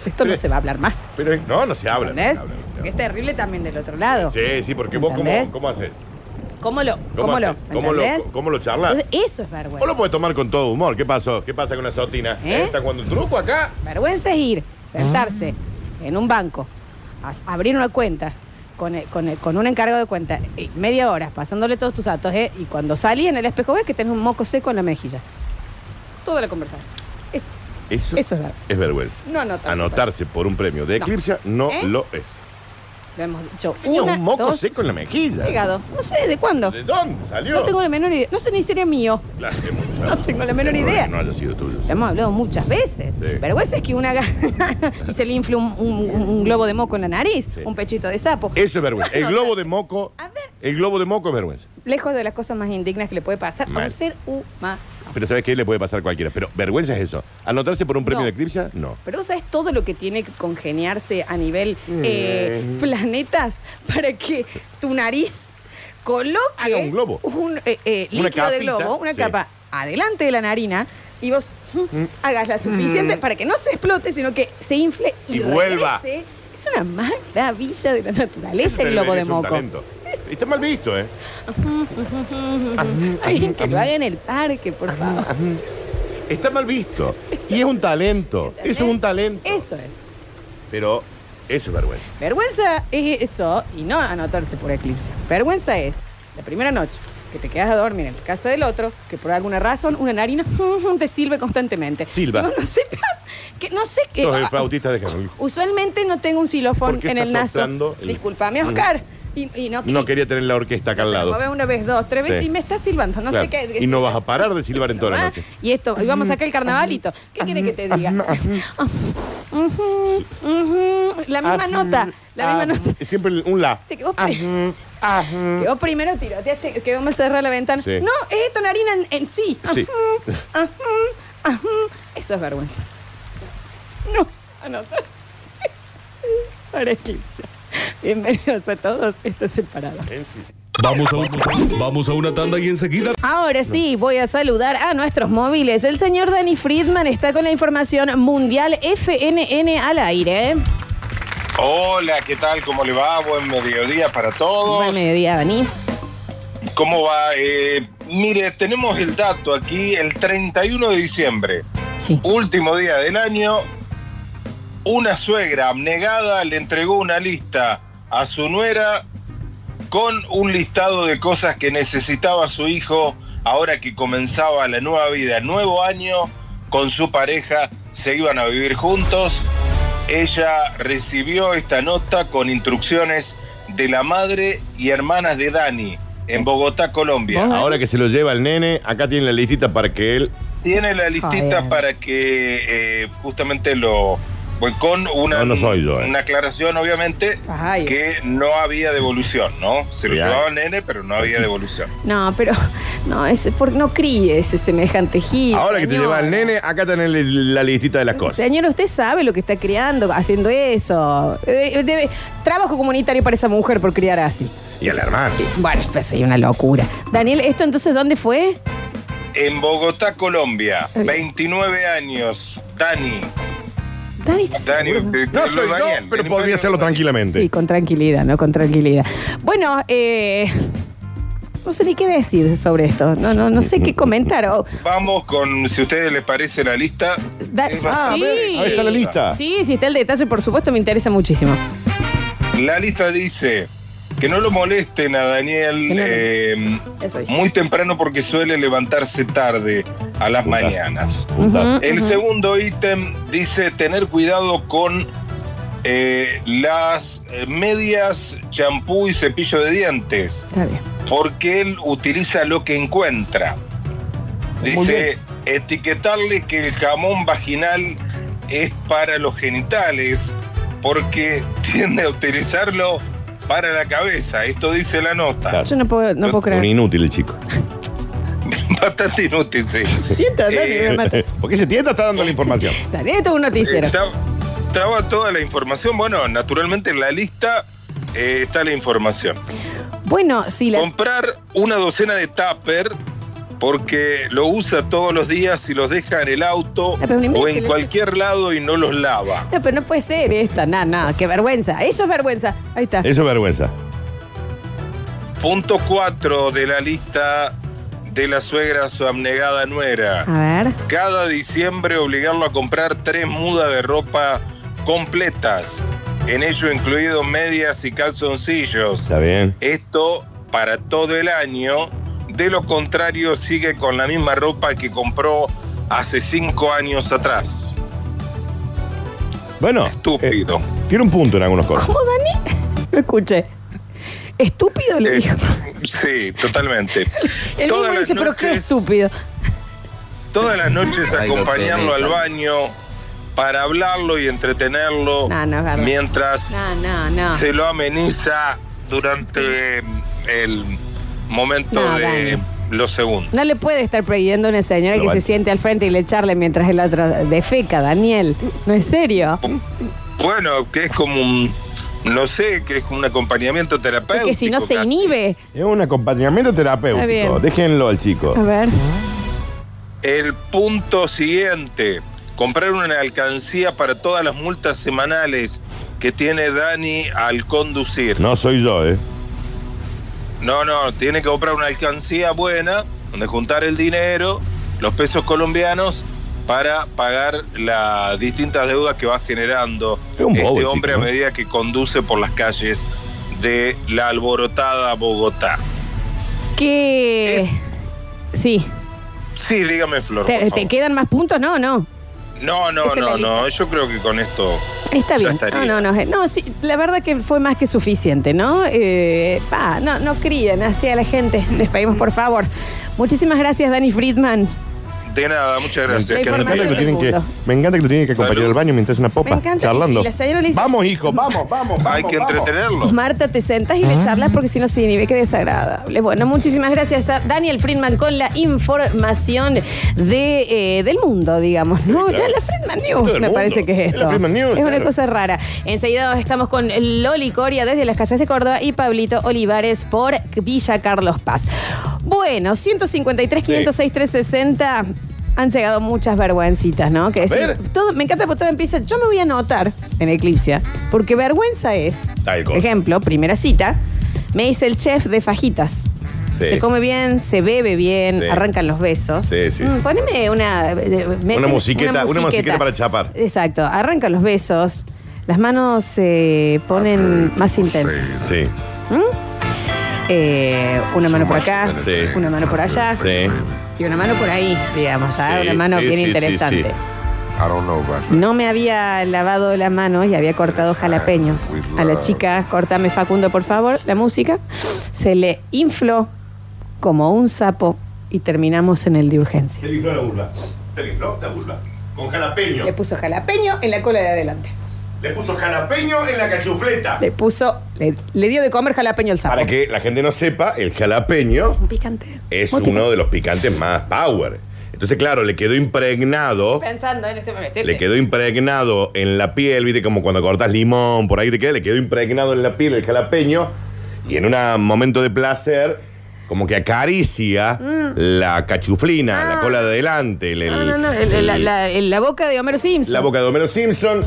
Speaker 2: Esto no
Speaker 3: Pero-
Speaker 2: se va a hablar más.
Speaker 3: Pero eh, no, no se habla. no se
Speaker 2: ¿Entendés?
Speaker 3: habla, no se
Speaker 2: Porque
Speaker 3: habla.
Speaker 2: es terrible también del otro lado.
Speaker 3: Sí, sí, porque vos cómo,
Speaker 2: ¿Entendés?
Speaker 3: cómo haces.
Speaker 2: ¿Cómo lo? ¿Cómo,
Speaker 3: ¿Cómo
Speaker 2: lo?
Speaker 3: haces? ¿Cómo lo-
Speaker 2: ¿entendés?
Speaker 3: cómo lo charlas?
Speaker 2: Entonces, eso es
Speaker 3: Vos lo
Speaker 2: vergüenza.
Speaker 3: puedes tomar con todo humor. ¿Qué pasó? ¿Qué pasa con la sotina?
Speaker 2: ¿Eh?
Speaker 3: ¿Eh? ¿Está jugando un truco acá?
Speaker 2: Vergüenza es ir, sentarse en un banco, as- abrir una cuenta con, eh, con, eh, con un encargado de cuenta, eh, media hora, pasándole todos tus datos, eh, y cuando salís en el espejo ves que tenés un moco seco en la mejilla. Toda la conversación. Es-
Speaker 3: Eso,
Speaker 2: Eso es verdad.
Speaker 3: es vergüenza.
Speaker 2: no anotarse.
Speaker 3: Anotarse por un premio de
Speaker 2: No.
Speaker 3: eclipse no
Speaker 2: ¿Eh?
Speaker 3: lo es.
Speaker 2: Lo hemos dicho.
Speaker 3: Tenía
Speaker 2: Una,
Speaker 3: un moco
Speaker 2: dos,
Speaker 3: seco en la mejilla.
Speaker 2: pegado. No sé, ¿de cuándo?
Speaker 3: ¿De dónde salió?
Speaker 2: No tengo la menor idea. No sé ni si era mío.
Speaker 3: La hemos-
Speaker 2: No tengo la menor
Speaker 3: Pero
Speaker 2: idea.
Speaker 3: No haya sido tuyo.
Speaker 2: Lo hemos hablado muchas veces.
Speaker 3: Sí.
Speaker 2: Vergüenza es que una gana y se le infle un, un- un globo de moco en la nariz,
Speaker 3: Sí.
Speaker 2: un pechito de sapo.
Speaker 3: Eso es vergüenza. El
Speaker 2: No,
Speaker 3: globo
Speaker 2: no.
Speaker 3: de moco.
Speaker 2: A ver.
Speaker 3: El globo de moco es vergüenza.
Speaker 2: lejos de las cosas más indignas que le puede pasar a un
Speaker 3: Mal.
Speaker 2: ser humano.
Speaker 3: Pero ¿sabes qué? Le puede pasar a cualquiera. Pero vergüenza es eso. Anotarse por un premio
Speaker 2: No.
Speaker 3: de eclipse, no.
Speaker 2: Pero vos sabés todo lo que tiene que congeniarse a nivel eh,
Speaker 3: Mm.
Speaker 2: planetas para que tu nariz coloque
Speaker 3: Haga un globo.
Speaker 2: un, eh, eh, líquido
Speaker 3: Una
Speaker 2: de
Speaker 3: capita,
Speaker 2: globo, una
Speaker 3: sí.
Speaker 2: capa adelante de la narina y vos mm, hagas la suficiente para que no se explote, sino que se infle y,
Speaker 3: Y vuelva.
Speaker 2: regrese. Es una maravilla de la naturaleza el
Speaker 3: Eso
Speaker 2: globo de
Speaker 3: es un
Speaker 2: moco.
Speaker 3: talento. Está mal visto, ¿eh?
Speaker 2: Ay, que lo haga en el parque, por favor.
Speaker 3: Está mal visto. Y es un talento. Eso es un talento.
Speaker 2: Eso es.
Speaker 3: Pero eso es vergüenza.
Speaker 2: Vergüenza es eso y no anotarse por eclipse. Vergüenza es la primera noche que te quedas a dormir en la casa del otro, que por alguna razón una narina te sirve constantemente.
Speaker 3: Silba.
Speaker 2: Y vos no sepas que no sé qué. Ah,
Speaker 3: Sos el flautista de Henry.
Speaker 2: Usualmente no tengo un xilofón
Speaker 3: ¿Por qué
Speaker 2: en el
Speaker 3: estás
Speaker 2: naso.
Speaker 3: soplando el- Mm.
Speaker 2: Disculpame, Oscar. Y, y no,
Speaker 3: No quería tener la orquesta acá al lado.
Speaker 2: Mueve una vez, dos, tres veces
Speaker 3: Sí.
Speaker 2: y me está silbando. No sé
Speaker 3: Claro.
Speaker 2: qué.
Speaker 3: Y no vas a parar de silbar en toda la
Speaker 2: Ah,
Speaker 3: noche.
Speaker 2: Y esto, y vamos a sacar el carnavalito. ¿Qué quiere que te diga? Ujú, ujú. La
Speaker 3: Ah,
Speaker 2: misma nota, la misma nota.
Speaker 3: Siempre un la.
Speaker 2: Te quedó pri- Que vos primero tiroteaste, que vos me cerrás la ventana.
Speaker 3: Sí.
Speaker 2: No, es esta narina en, en sí. Ah,
Speaker 3: Sí.
Speaker 2: Ajú, ajú, ajú. ah. Eso es vergüenza. Ah, No, anota. Para eclipse. Bienvenidos a todos. Esto es el parador.
Speaker 1: Vamos a, un- vamos a una tanda y enseguida
Speaker 2: Ahora sí, voy a saludar a nuestros móviles. El señor Dani Friedman está con la información mundial FNN al aire.
Speaker 4: Hola, ¿qué tal? ¿Cómo le va? Buen mediodía para todos.
Speaker 2: Buen mediodía, Dani.
Speaker 4: ¿Cómo va? Eh, mire, tenemos el dato aquí, el 31 de diciembre,
Speaker 2: Sí.
Speaker 4: último día del año, una suegra abnegada le entregó una lista a su nuera con un listado de cosas que necesitaba su hijo ahora que comenzaba la nueva vida, nuevo año, con su pareja, se iban a vivir juntos. Ella recibió esta nota con instrucciones de la madre y hermanas de Dani en Bogotá, Colombia.
Speaker 3: Ahora que se lo lleva el nene, acá tiene la listita para que él.
Speaker 4: Tiene la listita
Speaker 2: Joder.
Speaker 4: para que eh, justamente lo... bueno, con una,
Speaker 3: No, no soy yo, eh.
Speaker 4: una aclaración, obviamente,
Speaker 2: Ay.
Speaker 4: que no había devolución, ¿no? Se lo
Speaker 3: Bien.
Speaker 4: llevaba el nene, pero no había devolución.
Speaker 2: No, pero no, ese, por, no críe ese semejante giro.
Speaker 3: Ahora que te lleva el nene, acá tiene la listita de las cosas.
Speaker 2: Señor, usted sabe lo que está criando haciendo eso. Eh, debe- trabajo comunitario para esa mujer por criar así.
Speaker 3: Y al hermano.
Speaker 2: Bueno, pues es una locura. Daniel, ¿esto entonces dónde fue?
Speaker 4: En Bogotá, Colombia,
Speaker 2: Eh.
Speaker 4: 29 años, Dani.
Speaker 2: Dani, ¿estás
Speaker 4: Dani,
Speaker 2: seguro?
Speaker 4: te-
Speaker 3: No
Speaker 4: te-
Speaker 3: soy yo,
Speaker 4: Daniel,
Speaker 3: pero
Speaker 4: Dani,
Speaker 3: podría
Speaker 4: Dani,
Speaker 3: hacerlo
Speaker 4: Dani.
Speaker 3: tranquilamente.
Speaker 2: Sí, con tranquilidad, ¿no? Con tranquilidad. Bueno, eh, no sé ni qué decir sobre esto. No, no, no sé qué comentar. Oh,
Speaker 4: Vamos con, si a ustedes les parece la lista.
Speaker 2: da-
Speaker 3: Eh,
Speaker 4: es
Speaker 2: ah,
Speaker 4: eh, bastante-
Speaker 2: sí.
Speaker 3: Ahí está la lista.
Speaker 2: Sí, sí, está el detalle, por supuesto, me interesa muchísimo.
Speaker 4: La lista dice que no lo molesten a Daniel
Speaker 2: Que no lo-
Speaker 4: eh,
Speaker 2: Eso es.
Speaker 4: muy temprano porque suele levantarse tarde a las
Speaker 3: Puta.
Speaker 4: mañanas.
Speaker 3: Puntazo.
Speaker 4: El
Speaker 2: Ujú.
Speaker 4: segundo ítem dice tener cuidado con eh, las eh, medias, champú y cepillo de dientes,
Speaker 2: Está bien.
Speaker 4: porque él utiliza lo que encuentra.
Speaker 3: Muy
Speaker 4: Dice etiquetarle que el jamón vaginal es para los genitales, porque tiende a utilizarlo para la cabeza. Esto dice la nota.
Speaker 3: Claro.
Speaker 2: Yo no puedo, no puedo
Speaker 3: Un
Speaker 2: creer.
Speaker 3: inútil el chico.
Speaker 4: Bastante inútil, sí.
Speaker 2: Siento, Dani,
Speaker 4: Eh,
Speaker 2: me mata.
Speaker 3: Porque ese tienda está dando la información.
Speaker 2: Dani, esto es un noticiero.
Speaker 3: Eh,
Speaker 4: Estaba, estaba toda la información. Bueno, naturalmente en la lista eh, está la información.
Speaker 2: Bueno, sí, la,
Speaker 4: Comprar una docena de tupper porque lo usa todos los días y los deja en el auto
Speaker 2: Ah, pero un
Speaker 4: o
Speaker 2: imbécil,
Speaker 4: en
Speaker 2: ¿eh?
Speaker 4: cualquier lado y no los lava.
Speaker 2: No, pero no puede ser esta, nada, nada, qué vergüenza. Eso es vergüenza. Ahí está.
Speaker 3: Eso es vergüenza.
Speaker 4: Punto 4 de la lista de la suegra su abnegada nuera.
Speaker 2: A ver.
Speaker 4: Cada diciembre obligarlo a comprar tres mudas de ropa completas, en ello incluido medias y calzoncillos.
Speaker 3: Está bien.
Speaker 4: Esto para todo el año. De lo contrario, sigue con la misma ropa que compró hace cinco años atrás.
Speaker 3: Bueno. eh,
Speaker 4: Estúpido.
Speaker 3: tiene un punto en algunos cosas.
Speaker 2: ¿Cómo, Dani? No escuché. Estúpido le
Speaker 4: Eh,
Speaker 2: dijo.
Speaker 4: sí, totalmente.
Speaker 2: El
Speaker 4: todas
Speaker 2: mismo
Speaker 4: las
Speaker 2: dice, pero qué
Speaker 4: noches-
Speaker 2: estúpido.
Speaker 4: Todas las noches
Speaker 5: Ahí lo
Speaker 4: acompañarlo
Speaker 5: tenés,
Speaker 4: al
Speaker 5: Dani.
Speaker 4: baño para hablarlo y entretenerlo
Speaker 2: No, no, es verdad.
Speaker 4: mientras
Speaker 2: No, no, no.
Speaker 4: se lo ameniza durante eh, el momento
Speaker 2: No,
Speaker 4: de
Speaker 2: Dani.
Speaker 4: los segundos.
Speaker 2: No le puede estar prohibiendo a una señora
Speaker 3: No
Speaker 2: que
Speaker 3: vale.
Speaker 2: se siente al frente y le charle mientras el otro defeca, Daniel. No es serio.
Speaker 4: Bueno, que es como un, no sé, que es como un acompañamiento terapéutico.
Speaker 2: Porque si no se
Speaker 4: casi.
Speaker 2: inhibe.
Speaker 3: Es un acompañamiento
Speaker 2: Está
Speaker 3: terapéutico.
Speaker 2: bien.
Speaker 3: Déjenlo al chico.
Speaker 2: A ver.
Speaker 4: El punto siguiente, comprar una alcancía para todas las multas semanales que tiene Dani al conducir.
Speaker 3: No soy yo, ¿eh?
Speaker 4: No, no, tiene que comprar una alcancía buena, donde juntar el dinero, los pesos colombianos, para pagar las distintas deudas que va generando
Speaker 3: Es un
Speaker 4: este
Speaker 3: bobo el
Speaker 4: hombre
Speaker 3: chico,
Speaker 4: a
Speaker 3: ¿no?
Speaker 4: medida que conduce por las calles de la alborotada Bogotá.
Speaker 2: ¿Qué? Sí.
Speaker 4: Sí, dígame, Flor. por
Speaker 2: ¿Te,
Speaker 4: favor.
Speaker 2: te quedan más puntos? No, no.
Speaker 4: No, no,
Speaker 2: Esa es la
Speaker 4: no, no, yo creo que con esto...
Speaker 2: Está
Speaker 4: Ya
Speaker 2: bien.
Speaker 4: estaría.
Speaker 2: No, no, no. No, sí, la verdad que fue más que suficiente, ¿no? Eh, pa, no, no críen así a la gente. Les pedimos, por favor. Muchísimas gracias, Dani Friedman.
Speaker 4: De nada, muchas gracias.
Speaker 2: La
Speaker 4: Que
Speaker 3: Me
Speaker 4: anden
Speaker 3: encanta, que
Speaker 2: información
Speaker 3: lo
Speaker 4: bien.
Speaker 3: tienen que,
Speaker 2: mundo.
Speaker 3: me encanta que lo tienen que acompañar
Speaker 4: Salud.
Speaker 3: al baño mientras una popa,
Speaker 2: Me encanta.
Speaker 3: charlando.
Speaker 2: Y la señora le dice-
Speaker 3: Vamos, hijo, vamos, vamos, vamos.
Speaker 4: Hay que
Speaker 3: vamos. Ah.
Speaker 4: entretenerlo.
Speaker 2: Marta, te sentás y le charlas porque si no se inhibe, qué desagradable. Bueno, muchísimas gracias a Daniel Friedman con la información de, eh, del mundo, digamos, ¿no?
Speaker 3: Sí,
Speaker 2: Ya
Speaker 3: claro.
Speaker 2: la Friedman
Speaker 3: Todo
Speaker 2: News
Speaker 3: el
Speaker 2: me
Speaker 3: mundo.
Speaker 2: parece que es
Speaker 3: Es la
Speaker 2: esto.
Speaker 3: Friedman News,
Speaker 2: es una
Speaker 3: claro.
Speaker 2: cosa rara. Enseguida estamos con Loli Coria desde las calles de Córdoba y Pablito Olivares por Villa Carlos Paz. Bueno, 153, 506, 360. Han llegado muchas vergüencitas, ¿no? Que decir,
Speaker 3: ver.
Speaker 2: todo, me encanta porque todo empieza. Yo me voy a anotar en Eclipse, porque vergüenza es.
Speaker 3: Tal cosa.
Speaker 2: Por ejemplo, primera cita, me dice el chef de fajitas.
Speaker 3: Sí.
Speaker 2: Se come bien, se bebe bien,
Speaker 3: Sí.
Speaker 2: arrancan los besos.
Speaker 3: Sí, sí.
Speaker 2: Mm, poneme una... eh, méteme
Speaker 3: Una musiqueta, una musiqueta para chapar.
Speaker 2: Exacto, arrancan los besos, las manos se ponen más intensas. ¿Mm?
Speaker 3: Sí,
Speaker 2: Eh, una mano por acá,
Speaker 3: Sí.
Speaker 2: una mano por allá
Speaker 3: sí.
Speaker 4: Eh.
Speaker 2: y una mano por ahí, digamos, ¿ah?
Speaker 3: Sí,
Speaker 2: una mano
Speaker 3: sí,
Speaker 2: bien
Speaker 3: sí, sí,
Speaker 2: interesante.
Speaker 3: sí.
Speaker 5: I don't know about that.
Speaker 2: No me había lavado las manos y había cortado jalapeños. A la chica, cortame Facundo, por favor, la música. Se le infló como un sapo y terminamos en el de urgencia.
Speaker 3: Te libró la burla. Te libró la burla. Con jalapeño.
Speaker 2: Le puso jalapeño en la cola de adelante.
Speaker 3: Le puso jalapeño en la cachufleta.
Speaker 2: Le puso, le, le dio de comer jalapeño al sapo.
Speaker 3: Para que la gente no sepa, el jalapeño
Speaker 2: Un picante.
Speaker 3: es
Speaker 2: Muy picante.
Speaker 3: uno de los picantes más power. Entonces, claro, le quedó impregnado.
Speaker 2: Pensando en este momento.
Speaker 3: Le quedó impregnado en la piel, viste, como cuando cortas limón, por ahí te queda, le quedó impregnado en la piel el jalapeño. Y en un momento de placer, como que acaricia la cachuflina,
Speaker 2: Mm. Ah.
Speaker 3: la cola de adelante, el- el-
Speaker 2: No, no, no, el- el- la, la- el- la boca de Homero Simpson.
Speaker 3: la boca de Homero Simpson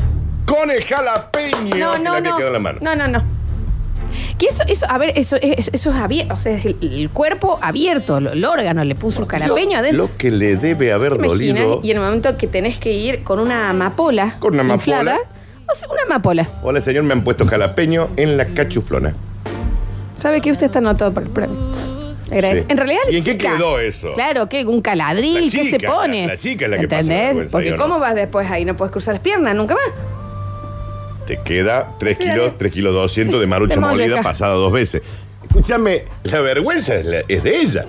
Speaker 3: con el jalapeño
Speaker 2: no,
Speaker 3: que le
Speaker 2: no,
Speaker 3: había
Speaker 2: no.
Speaker 3: quedado en la mano.
Speaker 2: No, no, no. Que eso, eso, a ver, eso, es- eso es abierto, o sea, es el, el cuerpo abierto, lo- el, órgano le puso un jalapeño adentro.
Speaker 3: Lo que le debe haber
Speaker 2: ¿Te imaginas?
Speaker 3: dolido.
Speaker 2: Y en el momento que tenés que ir con una amapola.
Speaker 3: Con una amapola.
Speaker 2: inflada, o sea, una amapola.
Speaker 3: Hola, señor, me han puesto jalapeño en la cachuflona.
Speaker 2: ¿Sabe que usted está anotado para el premio? Le agradece.
Speaker 3: Sí.
Speaker 2: En realidad, la
Speaker 3: ¿Y en qué
Speaker 2: chica-
Speaker 3: quedó eso?
Speaker 2: Claro, que un caladril,
Speaker 3: La
Speaker 2: ¿qué se
Speaker 3: chica,
Speaker 2: pone?
Speaker 3: la- la chica es la que pasa la
Speaker 2: ¿Entendés?
Speaker 3: vergüenza,
Speaker 2: Porque
Speaker 3: digo,
Speaker 2: ¿cómo
Speaker 3: no.
Speaker 2: vas después ahí? No puedes cruzar las piernas nunca más.
Speaker 3: Te queda 3
Speaker 2: Sí,
Speaker 3: kilos,
Speaker 2: dale.
Speaker 3: 3 kilos 200 de marucha
Speaker 2: De molleja.
Speaker 3: molida pasada dos veces. Escúchame, la vergüenza es, la- es de ella.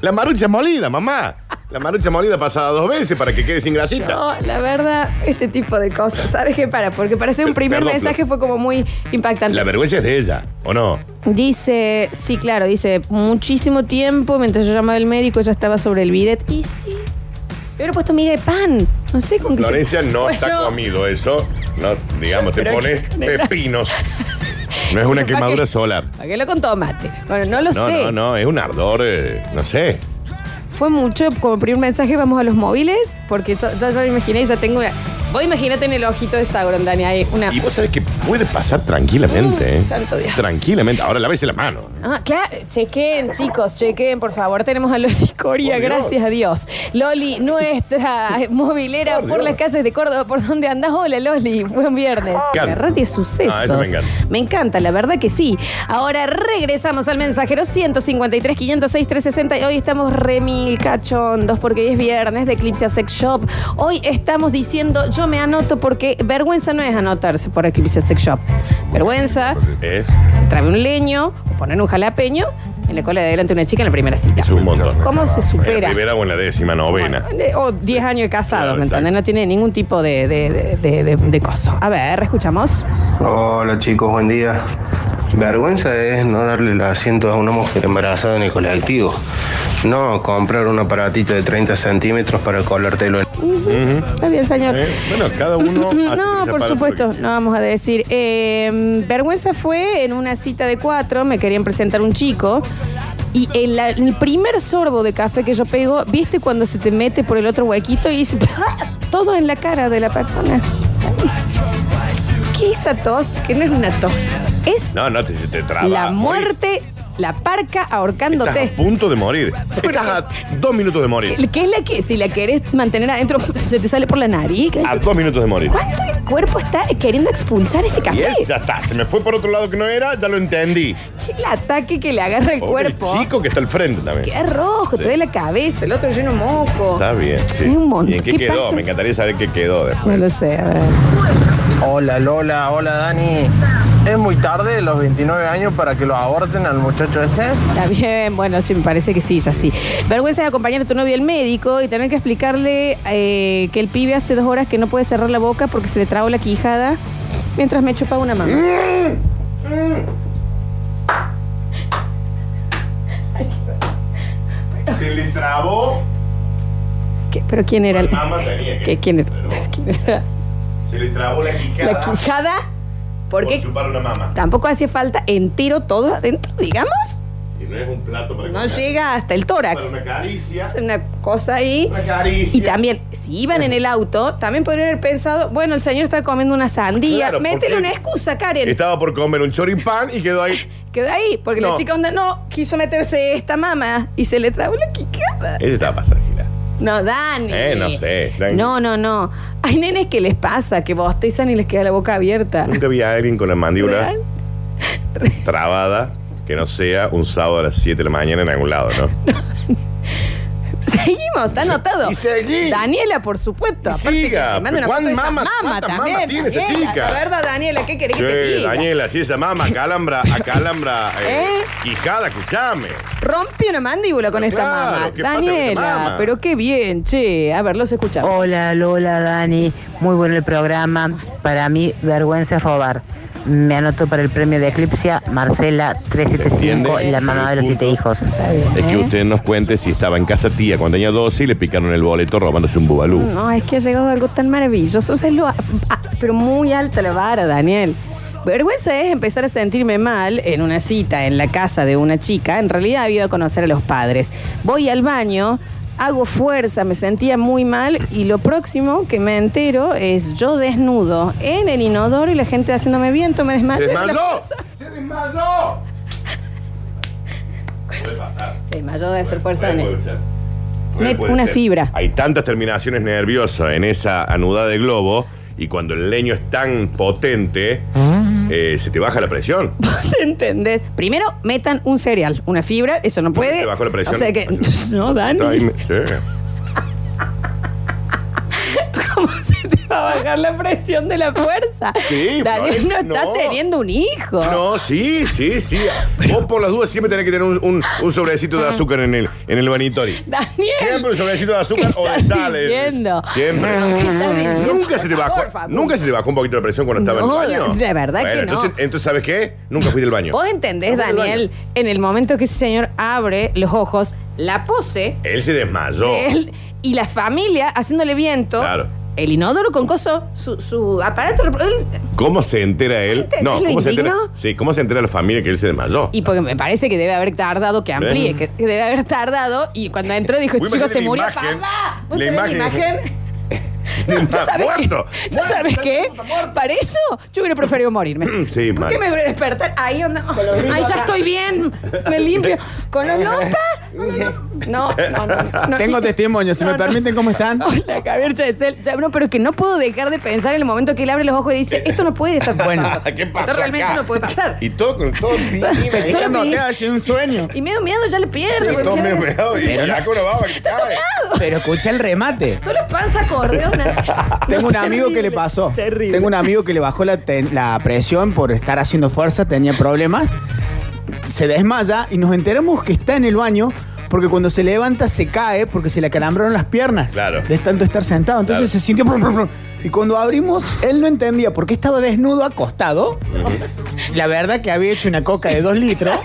Speaker 3: La marucha molida, mamá. La marucha molida pasada dos veces para que quede sin grasita.
Speaker 2: No, la verdad, este tipo de cosas. ¿Sabes qué para? Porque para hacer un primer
Speaker 3: Perdón,
Speaker 2: mensaje fue como muy impactante.
Speaker 3: La vergüenza es de ella, ¿o no?
Speaker 2: Dice, sí, claro, dice, muchísimo tiempo mientras yo llamaba al médico, ella estaba sobre el bidet. Y sí, le hubiera puesto miga de pan. No sé con qué. se-
Speaker 3: Florencia no
Speaker 2: Bueno,
Speaker 3: está comido eso. No, digamos, te
Speaker 2: Pero
Speaker 3: pones
Speaker 2: qué manera.
Speaker 3: pepinos. No es una
Speaker 2: ¿Para qué?
Speaker 3: quemadura solar.
Speaker 2: ¿Para qué lo con tomate? Bueno, no lo
Speaker 3: No,
Speaker 2: sé.
Speaker 3: no, no, es un ardor, eh, no sé.
Speaker 2: Fue mucho. Como primer mensaje, vamos a los móviles, porque yo, yo ya me imaginé, ya tengo una. Vos imagínate en el ojito de Sauron, Dani, ahí una.
Speaker 3: Y vos sabés que puede pasar tranquilamente,
Speaker 2: Mm,
Speaker 3: ¿eh?
Speaker 2: santo Dios.
Speaker 3: Tranquilamente. Ahora lávese la mano.
Speaker 2: Ah, claro, chequen, chicos, chequen, por favor. Tenemos a Loli Coria,
Speaker 3: Por Dios.
Speaker 2: gracias a Dios. Loli, nuestra movilera por,
Speaker 3: Por Dios.
Speaker 2: las calles de Córdoba, ¿por dónde andás? Hola, Loli, buen viernes.
Speaker 3: encanta.
Speaker 2: Agarrate sucesos.
Speaker 3: Ah, eso me encanta.
Speaker 2: Me encanta, la verdad que sí. Ahora regresamos al mensajero 153 506 360 y hoy estamos remil cachondos porque hoy es viernes de Eclipse a Sex Shop. Hoy estamos diciendo, yo me anoto porque vergüenza no es anotarse por Eclipse a Sex Shop. Vergüenza
Speaker 3: Es,
Speaker 2: trae un leño, poner un jalapeño en la cola de adelante una chica en la primera cita.
Speaker 3: es un montón.
Speaker 2: ¿Cómo se
Speaker 3: En la
Speaker 2: supera?
Speaker 3: primera o en la décima novena.
Speaker 2: Bueno, O 10 años de casado,
Speaker 3: Claro,
Speaker 2: ¿me entiendes?
Speaker 3: exacto.
Speaker 2: No tiene ningún tipo de, de, de, de- de- de coso. A ver, escuchamos.
Speaker 6: Hola chicos, buen día. Vergüenza es no darle el asiento a una mujer embarazada en el colectivo. No comprar un aparatito de 30 centímetros para colártelo en
Speaker 2: Está bien, señor.
Speaker 3: Eh, Bueno, cada uno hace
Speaker 2: No,
Speaker 3: que se
Speaker 2: por
Speaker 3: para
Speaker 2: supuesto,
Speaker 3: lo que-
Speaker 2: no vamos a decir. Eh, vergüenza fue en una cita de cuatro, me querían presentar un chico. Y en la- en el primer sorbo de café que yo pego, ¿viste cuando se te mete por el otro huequito y se- todo en la cara de la persona? ¿Qué es esa tos? Que no es una tos. Es
Speaker 3: No, no, te, te traba.
Speaker 2: la
Speaker 3: Morís.
Speaker 2: muerte, la parca
Speaker 3: Estás a
Speaker 2: ahorcándote.
Speaker 3: punto de morir. Estás a dos minutos de morir.
Speaker 2: ¿Qué es la que si la querés mantener adentro se te sale por la nariz? ¿Qué
Speaker 3: A
Speaker 2: es?
Speaker 3: dos minutos de morir.
Speaker 2: ¿Cuánto el cuerpo está queriendo expulsar este
Speaker 3: Y
Speaker 2: café?
Speaker 3: es, ya está. Se me fue por otro lado que no era, ya lo entendí.
Speaker 2: El ataque que le agarra el
Speaker 3: Pobre
Speaker 2: cuerpo.
Speaker 3: chico que está al frente también.
Speaker 2: Qué rojo, te
Speaker 3: Sí.
Speaker 2: ve la cabeza, el otro lleno de moco.
Speaker 3: Está bien, sí.
Speaker 2: Es un montón.
Speaker 3: ¿Y en qué,
Speaker 2: ¿Qué
Speaker 3: quedó?
Speaker 2: pasa?
Speaker 3: Me encantaría saber qué quedó después.
Speaker 2: No lo sé, a ver.
Speaker 7: Hola Lola, hola Dani. Es muy tarde, los 29 años, para que lo aborten al muchacho ese.
Speaker 2: Está bien, bueno, sí, me parece que sí, ya sí. Vergüenza de acompañar a tu novio al médico y tener que explicarle eh, que el pibe hace dos horas que no puede cerrar la boca porque se le trabó la quijada mientras me chupa una mano.
Speaker 3: Se le trabó.
Speaker 2: ¿Qué? ¿Pero quién era? El...
Speaker 3: Mamá tenía que-
Speaker 2: ¿Qué? ¿Quién era? ¿Quién era?
Speaker 3: Se le trabó la quijada.
Speaker 2: ¿La quijada? Porque
Speaker 3: chupar una mama.
Speaker 2: tampoco hacía falta entero todo adentro, digamos.
Speaker 3: Y no es un plato para
Speaker 2: No llega hasta el tórax.
Speaker 3: caricia.
Speaker 2: Es una cosa ahí.
Speaker 3: caricia.
Speaker 2: Y también, si iban en el auto, también podrían haber pensado, bueno, el señor está comiendo una sandía.
Speaker 3: Claro,
Speaker 2: Métele
Speaker 3: porque-
Speaker 2: una excusa, Karen.
Speaker 3: Estaba por comer un choripán y quedó ahí.
Speaker 2: Quedó ahí, porque la
Speaker 3: No.
Speaker 2: chica onda, no, quiso meterse esta mama y se le trabó la quijada.
Speaker 3: Ese estaba pasando gila.
Speaker 2: No, Dani.
Speaker 3: Eh, no sé, Dani.
Speaker 2: No, no, no. Hay nenes que les pasa, que bostezan y les queda la boca abierta.
Speaker 3: Nunca vi a alguien con la mandíbula
Speaker 2: Real.
Speaker 3: trabada que no sea un sábado a las 7 de la mañana en algún lado, ¿no?
Speaker 2: Seguimos, está anotado.
Speaker 3: Y seguí.
Speaker 2: Daniela, por supuesto.
Speaker 3: Y
Speaker 2: Aparte que
Speaker 3: siga,
Speaker 2: te manda una
Speaker 3: pues,
Speaker 2: foto de esa
Speaker 3: ¿cuán mamas-
Speaker 2: mama
Speaker 3: cuántas
Speaker 2: también.
Speaker 3: mamas tiene esa
Speaker 2: Daniela,
Speaker 3: chica?
Speaker 2: La verdad, Daniela, ¿qué querés que te
Speaker 3: Che,
Speaker 2: diga?
Speaker 3: Daniela, si esa mama calambra, acalambra, eh,
Speaker 2: ¿Eh?
Speaker 3: quijada, escuchame.
Speaker 2: Rompe una mandíbula con
Speaker 3: Pero
Speaker 2: esta
Speaker 3: Ah, claro,
Speaker 2: mama.
Speaker 3: ¿qué pasa con
Speaker 2: Daniela,
Speaker 3: esta mama?
Speaker 2: pero qué bien, che. A ver, los escuchamos.
Speaker 8: Hola Lola, Dani, muy bueno el programa. Para mí, vergüenza es robar. Me anoto para el premio de Eclipsia, Marcela 375,
Speaker 3: ¿Entiende?
Speaker 8: la mamá de los siete hijos.
Speaker 2: Está bien,
Speaker 3: Es que
Speaker 2: ¿eh?
Speaker 3: usted nos cuente si estaba en casa tía cuando tenía 12 y le picaron el boleto robándose un bubalú.
Speaker 2: No, es que ha llegado algo tan maravilloso. O sea, es lo- ah, pero muy alta la vara, Daniel. Vergüenza es empezar a sentirme mal en una cita en la casa de una chica. En realidad había ido a conocer a los padres. Voy al baño, hago fuerza, me sentía muy mal y lo próximo que me entero es yo desnudo en el inodoro y la gente haciéndome viento, me
Speaker 3: ¡Se
Speaker 2: desmayo.
Speaker 3: desmayó! ¡Se
Speaker 2: Mm.
Speaker 3: desmayó!
Speaker 2: Se desmayó de hacer fuerza en el...
Speaker 3: Puede- puede
Speaker 2: una
Speaker 3: ser.
Speaker 2: fibra.
Speaker 3: Hay tantas terminaciones nerviosas en esa anudada de globo y cuando el leño es tan potente,
Speaker 2: Mm.
Speaker 3: eh, se te baja la presión.
Speaker 2: ¿Vos entendés? Primero, metan un cereal, una fibra, eso no puede.
Speaker 3: Te bajó la presión.
Speaker 2: O sea que. No, Dani.
Speaker 3: Está ahí, sí.
Speaker 2: ¿Cómo se te va a bajar la presión de la fuerza?
Speaker 3: Sí,
Speaker 2: Daniel no,
Speaker 3: pero-
Speaker 2: está
Speaker 3: no.
Speaker 2: teniendo un hijo.
Speaker 3: No, sí, sí, sí. Vos por las dudas siempre tenés que tener un, un- un sobrecito de azúcar en el, en el vanitori.
Speaker 2: Ah. Daniel.
Speaker 3: Siempre un sobrecito de azúcar
Speaker 2: ¿Qué
Speaker 3: o de
Speaker 2: estás
Speaker 3: sal. eh.
Speaker 2: diciendo?
Speaker 3: Siempre.
Speaker 2: ¿Qué estás diciendo?
Speaker 3: Nunca se te
Speaker 2: Por
Speaker 3: bajó.
Speaker 2: favor, Facu.
Speaker 3: Nunca se te bajó un poquito la presión cuando estaba
Speaker 2: No,
Speaker 3: en el baño.
Speaker 2: de verdad que no.
Speaker 3: Bueno, Entonces, entonces, ¿sabes qué? Nunca fui del baño.
Speaker 2: Vos entendés,
Speaker 3: Nunca fui del
Speaker 2: Daniel,
Speaker 3: baño.
Speaker 2: en el momento que ese señor abre los ojos, la pose
Speaker 3: Él se desmayó.
Speaker 2: de él y la familia haciéndole viento.
Speaker 3: Claro.
Speaker 2: El inodoro con coso, su, su aparato. él-
Speaker 3: ¿Cómo se entera él?
Speaker 2: ¿Entendés
Speaker 3: No,
Speaker 2: lo
Speaker 3: ¿cómo se entera?
Speaker 2: indigno?
Speaker 3: Sí, ¿cómo se entera la familia que él se desmayó?
Speaker 2: y porque me parece que debe haber tardado, que amplíe, que, que debe haber tardado. Y cuando entró dijo,
Speaker 3: Vos
Speaker 2: chicos, se
Speaker 3: imaginate la
Speaker 2: murió
Speaker 3: imagen,
Speaker 2: papá. ¿Vos
Speaker 3: la
Speaker 2: sabés la
Speaker 3: imagen.
Speaker 2: imagen? ¿Tú
Speaker 3: Está
Speaker 2: sabes
Speaker 3: muerto.
Speaker 2: qué? ¿Tú sabes qué? Para eso yo hubiera preferido morirme.
Speaker 3: Sí,
Speaker 2: ¿Por
Speaker 3: mal.
Speaker 2: qué me voy a despertar? Ahí onda. Ahí ya estoy bien. Me limpio. Con los lopas. No, no, no, no.
Speaker 9: Tengo testimonio, si
Speaker 2: No,
Speaker 9: me
Speaker 2: no.
Speaker 9: permiten, ¿cómo están?
Speaker 2: Hola, Javier Chesel. Ya, No, pero que no puedo dejar de pensar en el momento que él abre los ojos y dice, esto no puede estar pasando.
Speaker 9: Bueno,
Speaker 3: ¿Qué pasó
Speaker 2: Esto realmente
Speaker 3: acá?
Speaker 2: no puede pasar.
Speaker 3: Y todo con todo el
Speaker 2: Pero-
Speaker 3: pino.
Speaker 9: Pensando te ha sido un sueño.
Speaker 2: Y medio miedo ya le pierdo.
Speaker 3: Y
Speaker 2: porque
Speaker 3: todo
Speaker 2: ya-
Speaker 3: medio meado, y la cola baba que cae.
Speaker 9: Pero escucha el remate.
Speaker 2: Toda la panza acordeona.
Speaker 9: Tengo un amigo que le pasó.
Speaker 2: Terrible.
Speaker 9: Tengo un amigo que le bajó la, ten- la presión por estar haciendo fuerza, tenía problemas. Se desmaya y nos enteramos que está en el baño porque cuando se levanta se cae porque se le acalambraron las piernas.
Speaker 3: Claro.
Speaker 9: De tanto estar sentado. Entonces
Speaker 3: Claro.
Speaker 9: se sintió. plum, plum, plum. Y cuando abrimos, él no entendía por qué estaba desnudo acostado. La verdad que había hecho una coca de dos litros.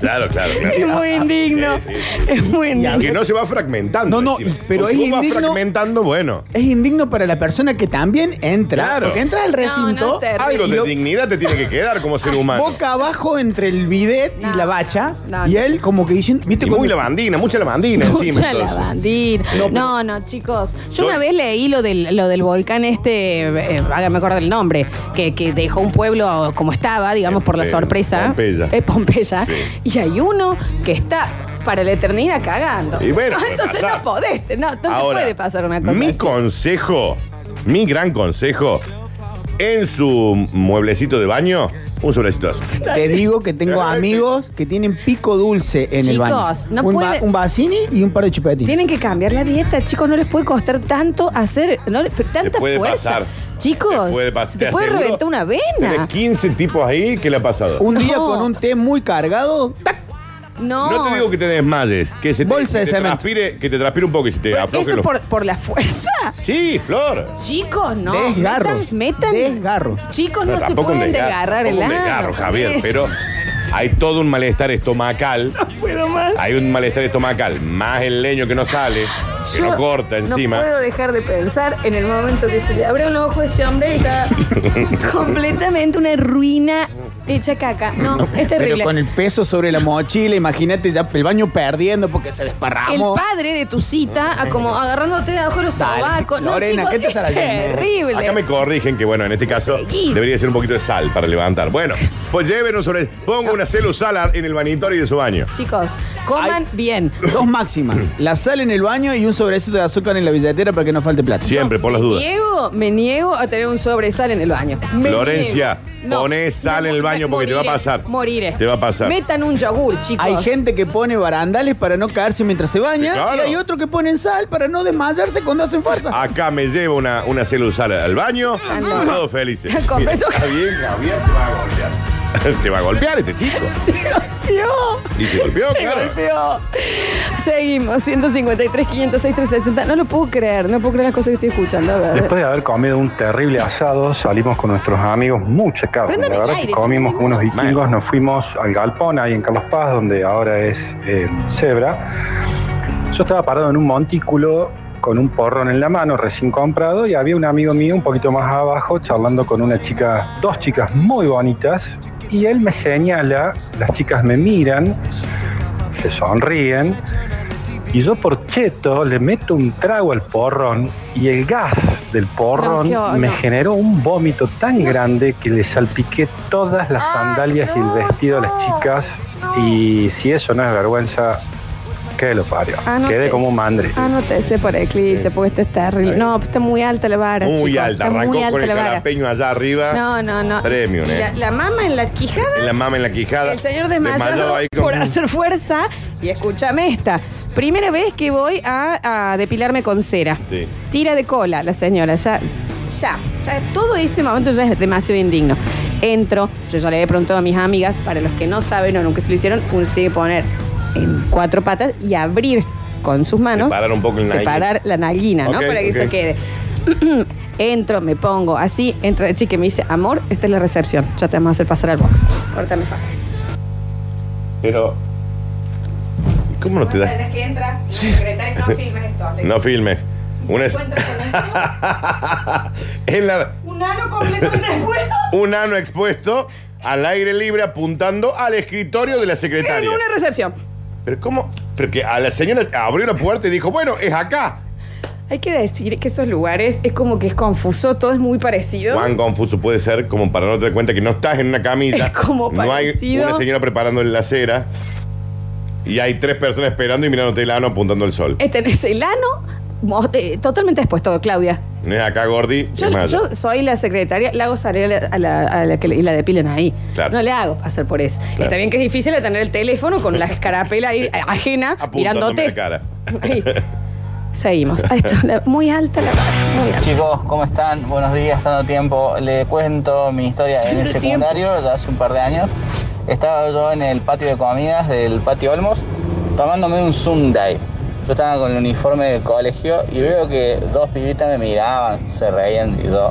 Speaker 3: Claro, claro, claro.
Speaker 2: Es muy indigno.
Speaker 3: Sí, sí, sí.
Speaker 2: Es muy indigno.
Speaker 3: Que no se va fragmentando.
Speaker 9: No, no,
Speaker 3: encima.
Speaker 9: y- pero
Speaker 3: Porque
Speaker 9: es
Speaker 3: si vos vas
Speaker 9: indigno-
Speaker 3: fragmentando, bueno.
Speaker 9: Es indigno para la persona que también entra.
Speaker 3: Claro.
Speaker 9: Porque entra al
Speaker 2: No, no
Speaker 9: recinto.
Speaker 2: es terrible.
Speaker 3: Algo
Speaker 9: y
Speaker 3: de
Speaker 9: lo-
Speaker 3: dignidad te tiene que quedar como
Speaker 2: Ah,
Speaker 3: ser humano.
Speaker 9: Boca abajo entre el bidet
Speaker 2: No,
Speaker 9: y la bacha.
Speaker 2: no, no.
Speaker 9: y él como que dicen, ¿viste
Speaker 3: Y
Speaker 9: cómo?
Speaker 3: muy lavandina, mucha lavandina encima.
Speaker 2: Mucha
Speaker 3: entonces.
Speaker 2: lavandina. No, no, chicos. Yo
Speaker 3: No.
Speaker 2: una vez leí lo del, lo del volcán este, eh, hágame acordar el nombre, que, que dejó un pueblo como estaba, digamos, por la
Speaker 3: Eh,
Speaker 2: sorpresa.
Speaker 3: Pompeya.
Speaker 2: Eh, Pompeya.
Speaker 3: Sí.
Speaker 2: Y hay uno que está para la eternidad cagando.
Speaker 3: Y bueno,
Speaker 2: No,
Speaker 3: puede
Speaker 2: entonces
Speaker 3: pasar.
Speaker 2: no podés. No, entonces
Speaker 3: Ahora,
Speaker 2: puede pasar una cosa.
Speaker 3: Mi
Speaker 2: así.
Speaker 3: consejo, mi gran consejo, en su mueblecito de baño, un sobrecito de azúcar.
Speaker 9: Te digo que tengo
Speaker 3: Realmente.
Speaker 9: amigos que tienen pico dulce en el baño.
Speaker 2: Chicos, no
Speaker 9: un,
Speaker 2: puede-
Speaker 9: un vasini y un par de chupetines.
Speaker 2: Tienen que cambiar la dieta, chicos. No les puede costar tanto hacer, no les- tanta
Speaker 3: Te puede
Speaker 2: fuerza.
Speaker 3: pasar.
Speaker 2: Chicos,
Speaker 3: Te puede pasar.
Speaker 2: se te puede
Speaker 3: aseguro,
Speaker 2: reventar una vena.
Speaker 3: Tenés 15 tipos ahí que le ha pasado.
Speaker 9: Un día
Speaker 2: No.
Speaker 9: con un té muy cargado, ¡tac!
Speaker 2: No,
Speaker 3: No te digo que te desmayes, que se te,
Speaker 9: Bolsa de
Speaker 3: que te
Speaker 9: cemento.
Speaker 3: transpire, que te transpire un poco y se te afloje
Speaker 2: Pues, eso
Speaker 3: los...
Speaker 2: por, por la fuerza.
Speaker 3: Sí, Flor.
Speaker 2: Chicos, no.
Speaker 9: Desgarros.
Speaker 2: Metan. metan-
Speaker 9: Desgarros.
Speaker 2: Chicos,
Speaker 3: No,
Speaker 2: no, se
Speaker 3: tampoco
Speaker 2: pueden
Speaker 3: un desgarro,
Speaker 2: desgarrar el
Speaker 3: tampoco un
Speaker 2: ano.
Speaker 3: desgarro, Javier,
Speaker 2: Es-
Speaker 3: pero hay todo un malestar estomacal.
Speaker 2: Puedo más.
Speaker 3: Hay un malestar estomacal, más el leño que no sale, que
Speaker 2: Yo
Speaker 3: no corta encima.
Speaker 2: No puedo dejar de pensar en el momento que se le abrió los ojos a ese hombre y está completamente una ruina hecha caca. No, es terrible.
Speaker 9: Pero con el peso sobre la mochila, imagínate ya el baño perdiendo porque se
Speaker 2: El
Speaker 9: desparramó.
Speaker 2: padre de tu cita, a como agarrándote debajo de los
Speaker 9: Dale,
Speaker 2: sobacos. No,
Speaker 9: Lorena,
Speaker 2: chicos,
Speaker 9: ¿qué te estará
Speaker 2: es
Speaker 9: yendo?
Speaker 2: terrible.
Speaker 3: Acá me corrigen que, bueno, en este caso
Speaker 2: Seguí.
Speaker 3: debería ser un poquito de sal para levantar. Bueno, pues lleven un sobre. Pongo una celusal en el vanitorio de su baño.
Speaker 2: Chicos, coman bien.
Speaker 9: Dos máximas. La sal en el baño y un sobrecito de azúcar en la billetera para que no falte plata.
Speaker 3: Siempre, por las dudas.
Speaker 2: Niego, me niego a tener un sobresal en el baño. Me
Speaker 3: Florencia,
Speaker 2: niego. No,
Speaker 3: poné sal
Speaker 2: no,
Speaker 3: en el baño porque te va
Speaker 2: moriré,
Speaker 3: a pasar.
Speaker 2: Moriré.
Speaker 3: Te va a pasar.
Speaker 2: Metan un yogur, chicos.
Speaker 9: Hay gente que pone barandales para no caerse mientras se baña
Speaker 3: Sí, claro.
Speaker 9: y hay otro que ponen sal para no desmayarse cuando hacen fuerza.
Speaker 3: Acá me llevo una, una celusal al baño.
Speaker 2: no.
Speaker 3: Todos felices.
Speaker 2: Está completo.
Speaker 3: Mira, está bien, Javier, te va a golpear. te va a golpear este chico.
Speaker 2: Se golpeó.
Speaker 3: Y se golpeó,
Speaker 2: Se
Speaker 3: claro.
Speaker 2: golpeó. Seguimos, 153, 506, 360. No lo puedo creer, no puedo creer las cosas que estoy escuchando. a ver.
Speaker 10: Después de haber comido un terrible asado, salimos con nuestros amigos mucha carne.
Speaker 2: Prendan
Speaker 10: La
Speaker 2: el
Speaker 10: verdad
Speaker 2: aire,
Speaker 10: que comimos
Speaker 2: chicos.
Speaker 10: como unos vikingos, nos fuimos al galpón ahí en Carlos Paz, donde ahora es eh, Zebra. Yo estaba parado en un montículo con un porrón en la mano, recién comprado, y había un amigo mío un poquito más abajo charlando con una chica, dos chicas muy bonitas, y él me señala, las chicas me miran, se sonríen, y yo por cheto le meto un trago al porrón y el gas del porrón
Speaker 11: No, yo,
Speaker 10: me
Speaker 11: no.
Speaker 10: generó un vómito tan grande que le salpiqué todas
Speaker 2: Ah,
Speaker 10: las sandalias y el vestido a las chicas. Y si eso no es vergüenza, que lo parió. Quedé
Speaker 2: Anótese.
Speaker 10: como un mandre.
Speaker 2: Ah, Anótese para Eclipse, porque esto está terrible. No, está muy alta la vara.
Speaker 3: Muy
Speaker 2: chicos,
Speaker 3: alta,
Speaker 2: está muy
Speaker 3: arrancó con
Speaker 2: alta
Speaker 3: el
Speaker 2: la vara.
Speaker 3: carapeño allá arriba.
Speaker 2: No, no, no.
Speaker 3: Premium, eh.
Speaker 2: La, la mama en la quijada.
Speaker 3: En la mama en la quijada.
Speaker 2: El señor
Speaker 3: Desmayado
Speaker 2: desmayado
Speaker 3: ahí con-
Speaker 2: por hacer fuerza. Y escúchame esta. Primera vez que voy a, a depilarme con cera.
Speaker 3: Sí.
Speaker 2: Tira de cola la señora. Ya, ya, ya. Todo ese momento ya es demasiado indigno. Entro, yo ya le he preguntado a mis amigas, para los que no saben o nunca se lo hicieron, uno se tiene que poner en cuatro patas y abrir con sus manos.
Speaker 3: Separar un poco el nalguín.
Speaker 2: Separar la nalguina, ¿no?
Speaker 3: Ok,
Speaker 2: Para que se
Speaker 3: ok.
Speaker 2: quede. Entro, me pongo así, entra la chica y me dice, amor, esta es la recepción, ya te vamos a hacer pasar al box. Cortame fa.
Speaker 3: Pero. ¿Cómo no te das?
Speaker 2: que entra y secretaria no filmes esto.
Speaker 3: No filmes. Una es- en la-
Speaker 2: Un ano completamente expuesto
Speaker 3: un ano expuesto al aire libre apuntando al escritorio de la secretaria.
Speaker 2: en una recepción.
Speaker 3: Pero ¿cómo? Pero que a la señora abrió la puerta y dijo, bueno, es acá.
Speaker 2: Hay que decir que esos lugares es como que es confuso, todo es muy parecido.
Speaker 3: Cuán confuso puede ser como para no te dar cuenta que no estás en una camilla.
Speaker 2: Es como
Speaker 3: no hay
Speaker 2: parecido.
Speaker 3: una señora preparando en la acera y hay tres personas esperando y mirándote el ano apuntando al sol.
Speaker 2: Eh, Tenés el ano mo- eh, totalmente expuesto, Claudia.
Speaker 3: No es acá, Gordi.
Speaker 2: Yo,
Speaker 3: es más allá.
Speaker 2: yo soy la secretaria, la hago salir a la, a la- a la que le- y la depilan ahí.
Speaker 3: Claro.
Speaker 2: No le hago pasar por eso.
Speaker 3: Claro.
Speaker 2: Está bien que es difícil de tener el teléfono con la escarapela ahí eh, ajena mirándote.
Speaker 3: Apuntándome la cara.
Speaker 2: Ahí. Seguimos. Ah, esto, la- muy alta la vara, muy alta.
Speaker 12: Chicos, ¿cómo están? Buenos días, tanto tiempo. Le cuento mi historia en el
Speaker 2: Tanto
Speaker 12: secundario, ya hace un par de años. Estaba yo en el patio de comidas del patio Olmos, tomándome un Sundae. Yo estaba con el uniforme del colegio y veo que dos pibitas me miraban, se reían y yo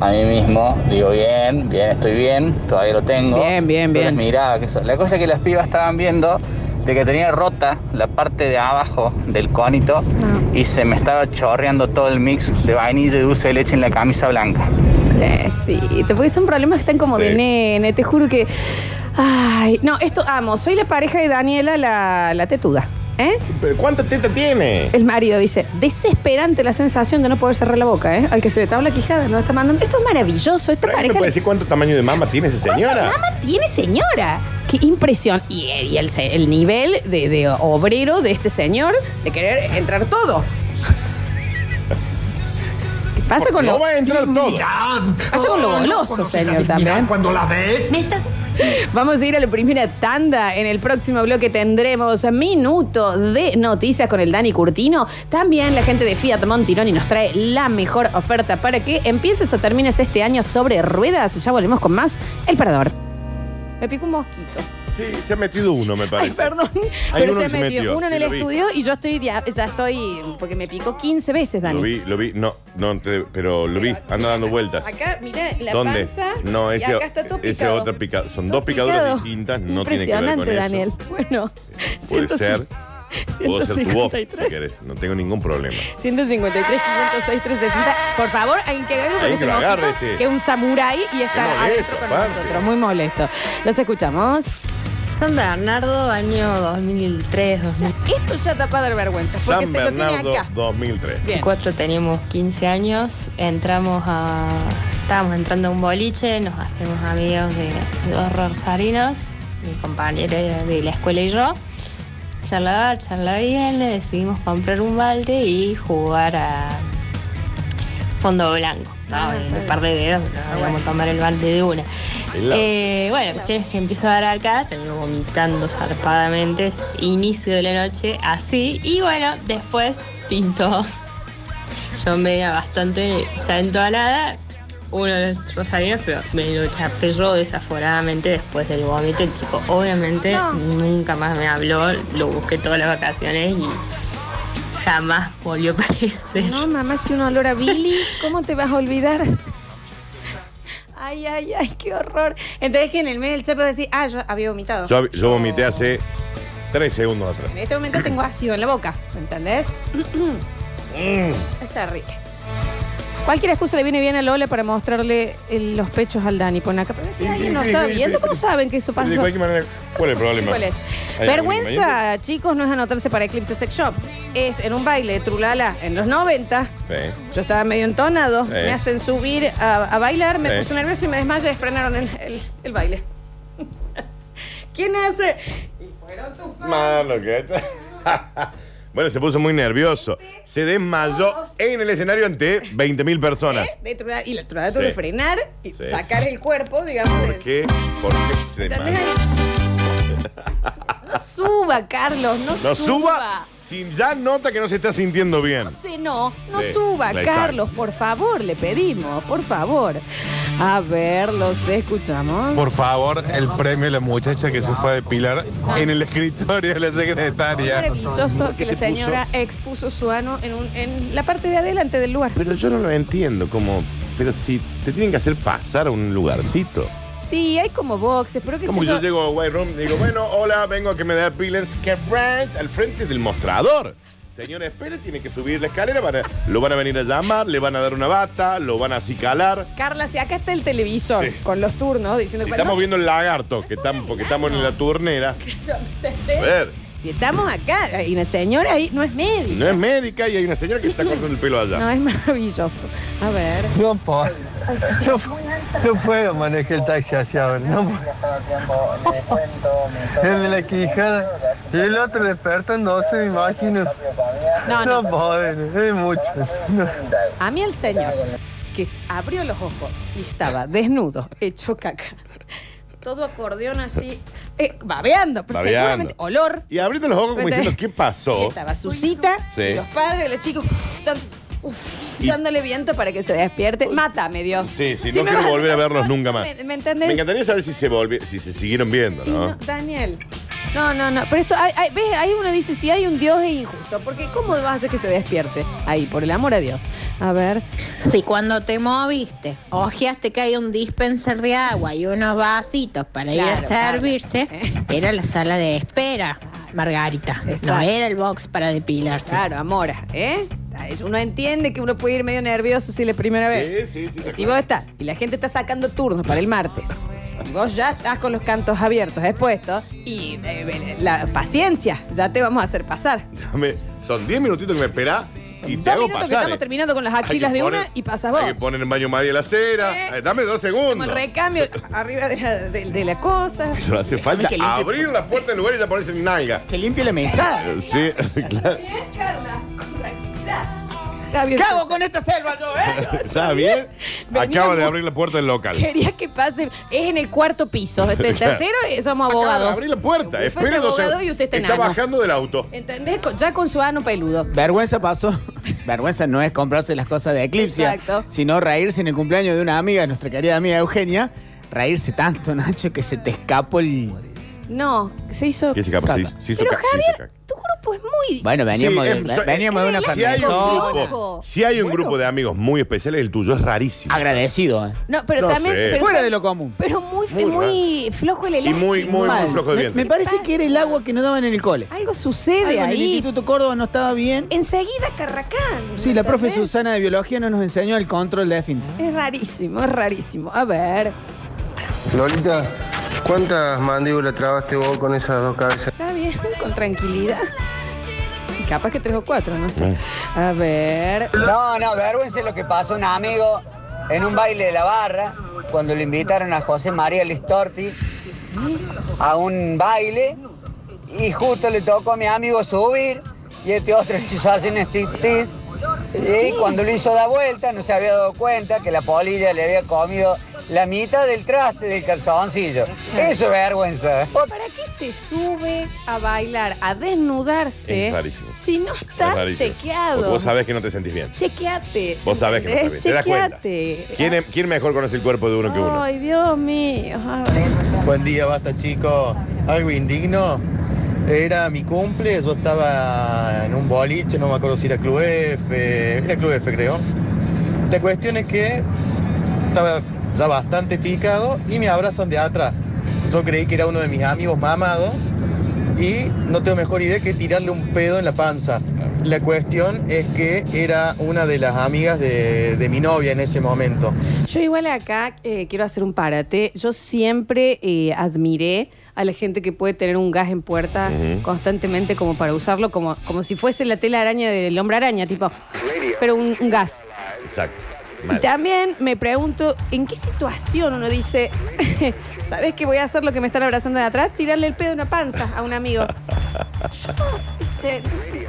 Speaker 12: a mí mismo digo, bien, bien, estoy bien, todavía lo tengo. Bien, bien, bien. miraba, que eso. La cosa es que las pibas estaban viendo de que tenía rota la parte de abajo del conito y se me estaba chorreando todo el mix de vainilla y dulce de leche en la camisa blanca.
Speaker 2: Eh, Sí, te- porque son problemas que están como de
Speaker 12: Sí.
Speaker 2: nene, te juro que. Ay, no, esto amo. Soy la pareja de Daniela, la, la tetuda. ¿Eh?
Speaker 3: ¿Pero cuánta teta tiene?
Speaker 2: El marido dice, desesperante la sensación de no poder cerrar la boca, ¿eh? Al que se le traba la quijada, no está mandando. Esto es maravilloso, esta
Speaker 3: ¿Alguien me
Speaker 2: pareja.
Speaker 3: puede decir cuánto tamaño de mama tiene esa señora?
Speaker 2: mamá tiene señora? Qué impresión. Y, y el, se- el nivel de, de obrero de este señor de querer entrar todo. ¿Qué pasa con lo
Speaker 3: No va a entrar todo.
Speaker 2: Pasa con lo goloso, señor, también.
Speaker 13: cuando la ves.
Speaker 2: ¿Me estás? Vamos a ir a la primera tanda. En el próximo bloque tendremos minuto de noticias con el Dani Curtino. También la gente de Fiat Montironi nos trae la mejor oferta para que empieces o termines este año sobre ruedas. Ya volvemos con más El Parador. Me picó un mosquito.
Speaker 3: Sí, se ha metido uno, me parece.
Speaker 2: Ay, perdón.
Speaker 3: Hay
Speaker 2: Pero
Speaker 3: uno
Speaker 2: se
Speaker 3: que se
Speaker 2: metió,
Speaker 3: metió,
Speaker 2: uno
Speaker 3: sí,
Speaker 2: en
Speaker 3: lo
Speaker 2: el
Speaker 3: vi.
Speaker 2: estudio y yo estoy ya, ya estoy porque me picó 15 veces,
Speaker 3: Lo
Speaker 2: Dani.
Speaker 3: vi, lo vi. No, no, te- pero lo vi. Anda dando vueltas.
Speaker 2: Acá, mira la
Speaker 3: ¿Dónde?
Speaker 2: panza.
Speaker 3: No,
Speaker 2: y
Speaker 3: ese,
Speaker 2: acá está todo
Speaker 3: ese
Speaker 2: picado.
Speaker 3: otro picado. Son dos picaduras
Speaker 2: picado.
Speaker 3: distintas, no tiene que ver con
Speaker 2: Impresionante,
Speaker 3: eso.
Speaker 2: Daniel. Bueno,
Speaker 3: Puede
Speaker 2: 150
Speaker 3: ser. Puedo ser tu voz, si
Speaker 2: 153.
Speaker 3: querés. No tengo ningún problema.
Speaker 2: 153, 506, 360. Por favor, alguien que haga con
Speaker 3: Alguien
Speaker 2: este
Speaker 3: que lo agarre,
Speaker 2: mosquito,
Speaker 3: este.
Speaker 2: que es un samurái y
Speaker 3: Qué
Speaker 2: está
Speaker 3: molesto,
Speaker 2: adentro con
Speaker 3: aparte.
Speaker 2: nosotros. Muy molesto. Los escuchamos.
Speaker 14: San Bernardo, año 2003, 2004.
Speaker 2: Esto ya tapa de vergüenza, porque
Speaker 3: San
Speaker 2: se lo
Speaker 3: Bernardo
Speaker 2: tiene acá.
Speaker 3: 2003.
Speaker 14: teníamos 15 años, entramos a... Estábamos entrando a un boliche, nos hacemos amigos de dos rosarinos, mi compañero de la escuela y yo. Charlaba, charlaba bien, le decidimos comprar un balde y jugar a fondo blanco. No, en un par de dedos, no, vamos a tomar el balde de una.
Speaker 15: Bailado.
Speaker 14: Eh, bueno, cuestiones que empiezo a dar acá, termino vomitando zarpadamente, inicio de la noche, así, y bueno, después pintó. Yo media bastante ya entonada, uno de los rosarinos, pero me lo chapé yo desaforadamente después del vómito. El chico obviamente
Speaker 16: No.
Speaker 14: nunca más me habló, lo busqué todas las vacaciones y jamás volvió a aparecer.
Speaker 2: No, mamá, si un olor a Billy, ¿cómo te vas a olvidar? Ay, ay, ay, qué horror. Entonces que en el medio del chapo decís, ah, yo había vomitado.
Speaker 3: Yo, yo vomité hace tres segundos atrás.
Speaker 2: En este momento tengo ácido en la boca, ¿me entendés? Está rico. Cualquier excusa le viene bien a Lola para mostrarle el- los pechos al Dani. Pon acá. Pero este Dani no está viendo. ¿Cómo saben que eso pasó?
Speaker 3: De cualquier manera, ¿cuál es el problema?
Speaker 2: ¿Cuál es?
Speaker 3: ¿Hay algún inconveniente?
Speaker 2: Vergüenza, chicos, no es anotarse para Eclipse Sex Shop. Es en un baile de Trulala en los 90.
Speaker 3: Sí.
Speaker 2: Yo estaba medio entonado.
Speaker 3: Sí.
Speaker 2: Me hacen subir a, a bailar. Me
Speaker 3: Sí.
Speaker 2: puse nervioso y me desmayé. Frenaron el, el- el baile. ¿Quién hace?
Speaker 3: Malo que Bueno, se puso muy nervioso. Se desmayó en el escenario ante 20.000 personas.
Speaker 2: De Trulala. Y la Trulala tuvo
Speaker 3: Sí.
Speaker 2: que frenar y
Speaker 3: Sí,
Speaker 2: sacar
Speaker 3: sí.
Speaker 2: el cuerpo, digamos.
Speaker 3: ¿Por qué? ¿Por qué se
Speaker 2: ¿Entendés?
Speaker 3: desmayó?
Speaker 2: No suba, Carlos. No,
Speaker 3: No
Speaker 2: suba.
Speaker 3: suba. Si ya nota que no se está sintiendo bien.
Speaker 2: Sí, no, no
Speaker 3: Sí,
Speaker 2: suba,
Speaker 3: la
Speaker 2: Carlos, por favor, le pedimos, por favor. A ver, los escuchamos.
Speaker 11: Por favor, el premio a la muchacha que se fue a depilar en el escritorio de la secretaria.
Speaker 2: Maravilloso que la señora expuso su ano en, un- en la parte de adelante del lugar.
Speaker 3: Pero yo no lo entiendo, como. Pero si te tienen que hacer pasar a un lugarcito.
Speaker 2: Sí, hay como boxes, pero que
Speaker 3: Como yo llego a White Room y digo, bueno, hola, vengo a que me dé Pillens que Ranch al frente del mostrador. Señor, espere, tiene que subir la escalera, van a- lo van a venir a llamar, le van a dar una bata, lo van a acicalar.
Speaker 2: Carla, si acá está el televisor con los turnos diciendo
Speaker 3: Si
Speaker 2: "Bueno,
Speaker 3: estamos viendo el lagarto, que estamos, porque estamos en la turnera.
Speaker 2: yo me
Speaker 3: A
Speaker 2: entendés".
Speaker 3: ver,
Speaker 2: Si estamos acá, y la señora ahí no es médica.
Speaker 3: no es médica y hay una señora que está cortando el pelo allá.
Speaker 2: No, es maravilloso. A ver.
Speaker 13: No puedo, no, no puedo manejar el taxi hacia ahora. No puedo. En la quijada. Y el otro despertándose, me imagino.
Speaker 2: No, no.
Speaker 13: No puedo, es mucho. No.
Speaker 2: A mí el señor que s- abrió los ojos y estaba desnudo, hecho caca. Todo acordeón así, eh, babeando, pero
Speaker 3: Babeando.
Speaker 2: seguramente olor.
Speaker 3: Y abriendo los ojos como
Speaker 2: ¿Entendés?
Speaker 3: diciendo, ¿qué
Speaker 2: Y
Speaker 3: pasó?
Speaker 2: estaba su cita,
Speaker 3: Sí.
Speaker 2: y los padres, los chicos, están, uf,
Speaker 3: Y-
Speaker 2: dándole viento para que se despierte. Mátame, Dios.
Speaker 3: Sí, sí,
Speaker 2: Si
Speaker 3: no
Speaker 2: me
Speaker 3: quiero
Speaker 2: vas-
Speaker 3: volver a verlos nunca más.
Speaker 2: ¿Me, me entendés?
Speaker 3: Me encantaría saber si se volvi- si se siguieron viendo, ¿no?
Speaker 2: Daniel. No, no, no. Pero esto, hay- hay- ¿ves? Ahí uno dice, si hay un Dios es injusto, porque ¿cómo vas a hacer que se despierte? Ahí, por el amor a Dios. A ver.
Speaker 15: Si cuando te moviste, ojeaste que hay un dispenser de agua y unos vasitos para ir a
Speaker 2: Claro, claro.
Speaker 15: servirse, era la sala de espera, Margarita. No
Speaker 2: Exacto.
Speaker 15: era el box para depilarse.
Speaker 2: Claro, Amora, ¿eh? Uno entiende que uno puede ir medio nervioso si es la primera vez.
Speaker 3: Sí, sí, sí.
Speaker 2: Si vos estás y la gente está sacando turnos para el martes, y vos ya estás con los cantos abiertos expuestos, y eh, la paciencia, ya te vamos a hacer pasar.
Speaker 3: Dame- son 10 minutitos que me esperás y te
Speaker 2: Dos
Speaker 3: hago
Speaker 2: minutos que
Speaker 3: pasar.
Speaker 2: estamos
Speaker 3: ¿eh?
Speaker 2: terminando con las
Speaker 3: Hay
Speaker 2: axilas
Speaker 3: que
Speaker 2: de
Speaker 3: poner-
Speaker 2: una y pasas
Speaker 3: Hay
Speaker 2: vos.
Speaker 3: que poner en baño María la cera.
Speaker 2: ¿Eh?
Speaker 3: Eh, Dame dos
Speaker 2: Hacemos
Speaker 3: segundos.
Speaker 2: el recambio arriba de la, de- de la cosa.
Speaker 3: Pero hace falta
Speaker 2: que limpie-
Speaker 3: abrir la puerta del lugar y ya ponerse en nalga.
Speaker 9: Que limpie la mesa.
Speaker 3: Sí, claro.
Speaker 9: Cago con esta selva yo, eh?
Speaker 3: ¿Está bien?
Speaker 2: Venía
Speaker 3: Acaba de
Speaker 2: mu-
Speaker 3: abrir la puerta del local.
Speaker 2: Quería que pase. Es en el cuarto piso. Desde el
Speaker 3: Claro.
Speaker 2: tercero eh, somos
Speaker 3: Acaba de
Speaker 2: abogados.
Speaker 3: abrir la puerta.
Speaker 2: Bufete
Speaker 3: Espere dos
Speaker 2: abogado
Speaker 3: segundos.
Speaker 2: y usted está
Speaker 3: Está
Speaker 2: enano.
Speaker 3: bajando del auto.
Speaker 2: ¿Entendés? Con- Ya con su ano peludo.
Speaker 9: Vergüenza pasó. Vergüenza no es comprarse las cosas de Eclipse,
Speaker 2: Exacto.
Speaker 9: sino reírse en el cumpleaños de una amiga, nuestra querida amiga Eugenia. Reírse tanto, Nacho, que se te escapó el.
Speaker 2: No, se hizo.
Speaker 3: ¿Qué se escapa?
Speaker 9: Caca.
Speaker 3: Sí, sí, hizo
Speaker 2: Pero
Speaker 3: ca- sí, hizo
Speaker 2: Javier,
Speaker 3: caca.
Speaker 2: tu grupo es muy.
Speaker 9: Bueno, veníamos,
Speaker 3: Sí,
Speaker 9: de,
Speaker 3: em, so-
Speaker 9: veníamos de una
Speaker 3: si hay
Speaker 9: familia.
Speaker 3: un
Speaker 2: Loco.
Speaker 3: grupo, si hay un grupo de amigos muy especiales, el tuyo es rarísimo.
Speaker 9: Agradecido, ¿eh?
Speaker 2: No, pero también. pero-
Speaker 9: Fuera de lo común.
Speaker 2: Pero muy,
Speaker 3: Muy
Speaker 2: muy flojo el elástico.
Speaker 9: Mal. Me- Me,
Speaker 2: ¿Qué
Speaker 9: parece que era el agua que no daban en el cole.
Speaker 2: Algo sucede
Speaker 9: Algo en el
Speaker 2: ahí.
Speaker 9: Instituto Córdoba no estaba bien.
Speaker 2: Enseguida Carracán.
Speaker 9: Sí, la profe
Speaker 2: ¿entendés?
Speaker 9: Susana de biología no nos enseñó el control de fin.
Speaker 2: Es rarísimo, es rarísimo. A ver.
Speaker 6: Lolita, ¿cuántas mandíbulas trabaste vos con esas dos cabezas?
Speaker 2: Está bien, con tranquilidad. Y capaz que tres o cuatro, no sé. A ver.
Speaker 16: No, no, vergüenza es lo que pasó a un amigo en un baile de la barra, cuando le invitaron a José María Listorti a un baile y justo le tocó a mi amigo subir y este otro le hizo hacer un striptease y cuando le hizo la vuelta no se había dado cuenta que la polilla le había comido la mitad del traste del calzoncillo. Eso es vergüenza.
Speaker 2: ¿Para qué se sube a bailar, a desnudarse?
Speaker 3: Es rarísimo.
Speaker 2: Si no
Speaker 3: Es
Speaker 2: está
Speaker 3: rarísimo. Porque
Speaker 2: chequeado.
Speaker 3: vos sabés que no te sentís bien.
Speaker 2: Chequeate.
Speaker 3: Vos sabés que no está bien, te das cuenta.
Speaker 2: Chequeate.
Speaker 3: ¿Quién, es- quién mejor conoce el cuerpo de uno que uno?
Speaker 2: Ay, Dios mío. A ver.
Speaker 13: Buen día, basta chicos. Algo indigno. Era mi cumple, yo estaba en un boliche, no me acuerdo si era Club F, era Club F creo. La cuestión es que estaba ya bastante picado y me abrazan de atrás. Yo creí que era uno de mis amigos mamados y no tengo mejor idea que tirarle un pedo en la panza. La cuestión es que era una de las amigas de, de mi novia en ese momento.
Speaker 2: Yo igual acá eh, quiero hacer un párate. Yo siempre eh, admiré a la gente que puede tener un gas en puerta constantemente como para usarlo, como, como si fuese la tela araña del hombre araña, tipo, pero un, un gas.
Speaker 3: Exacto.
Speaker 2: Y también me pregunto, ¿en qué situación uno dice, ¿sabes que voy a hacer lo que me están abrazando de atrás? Tirarle el pedo de una panza a un amigo. Yo, este, no sé si...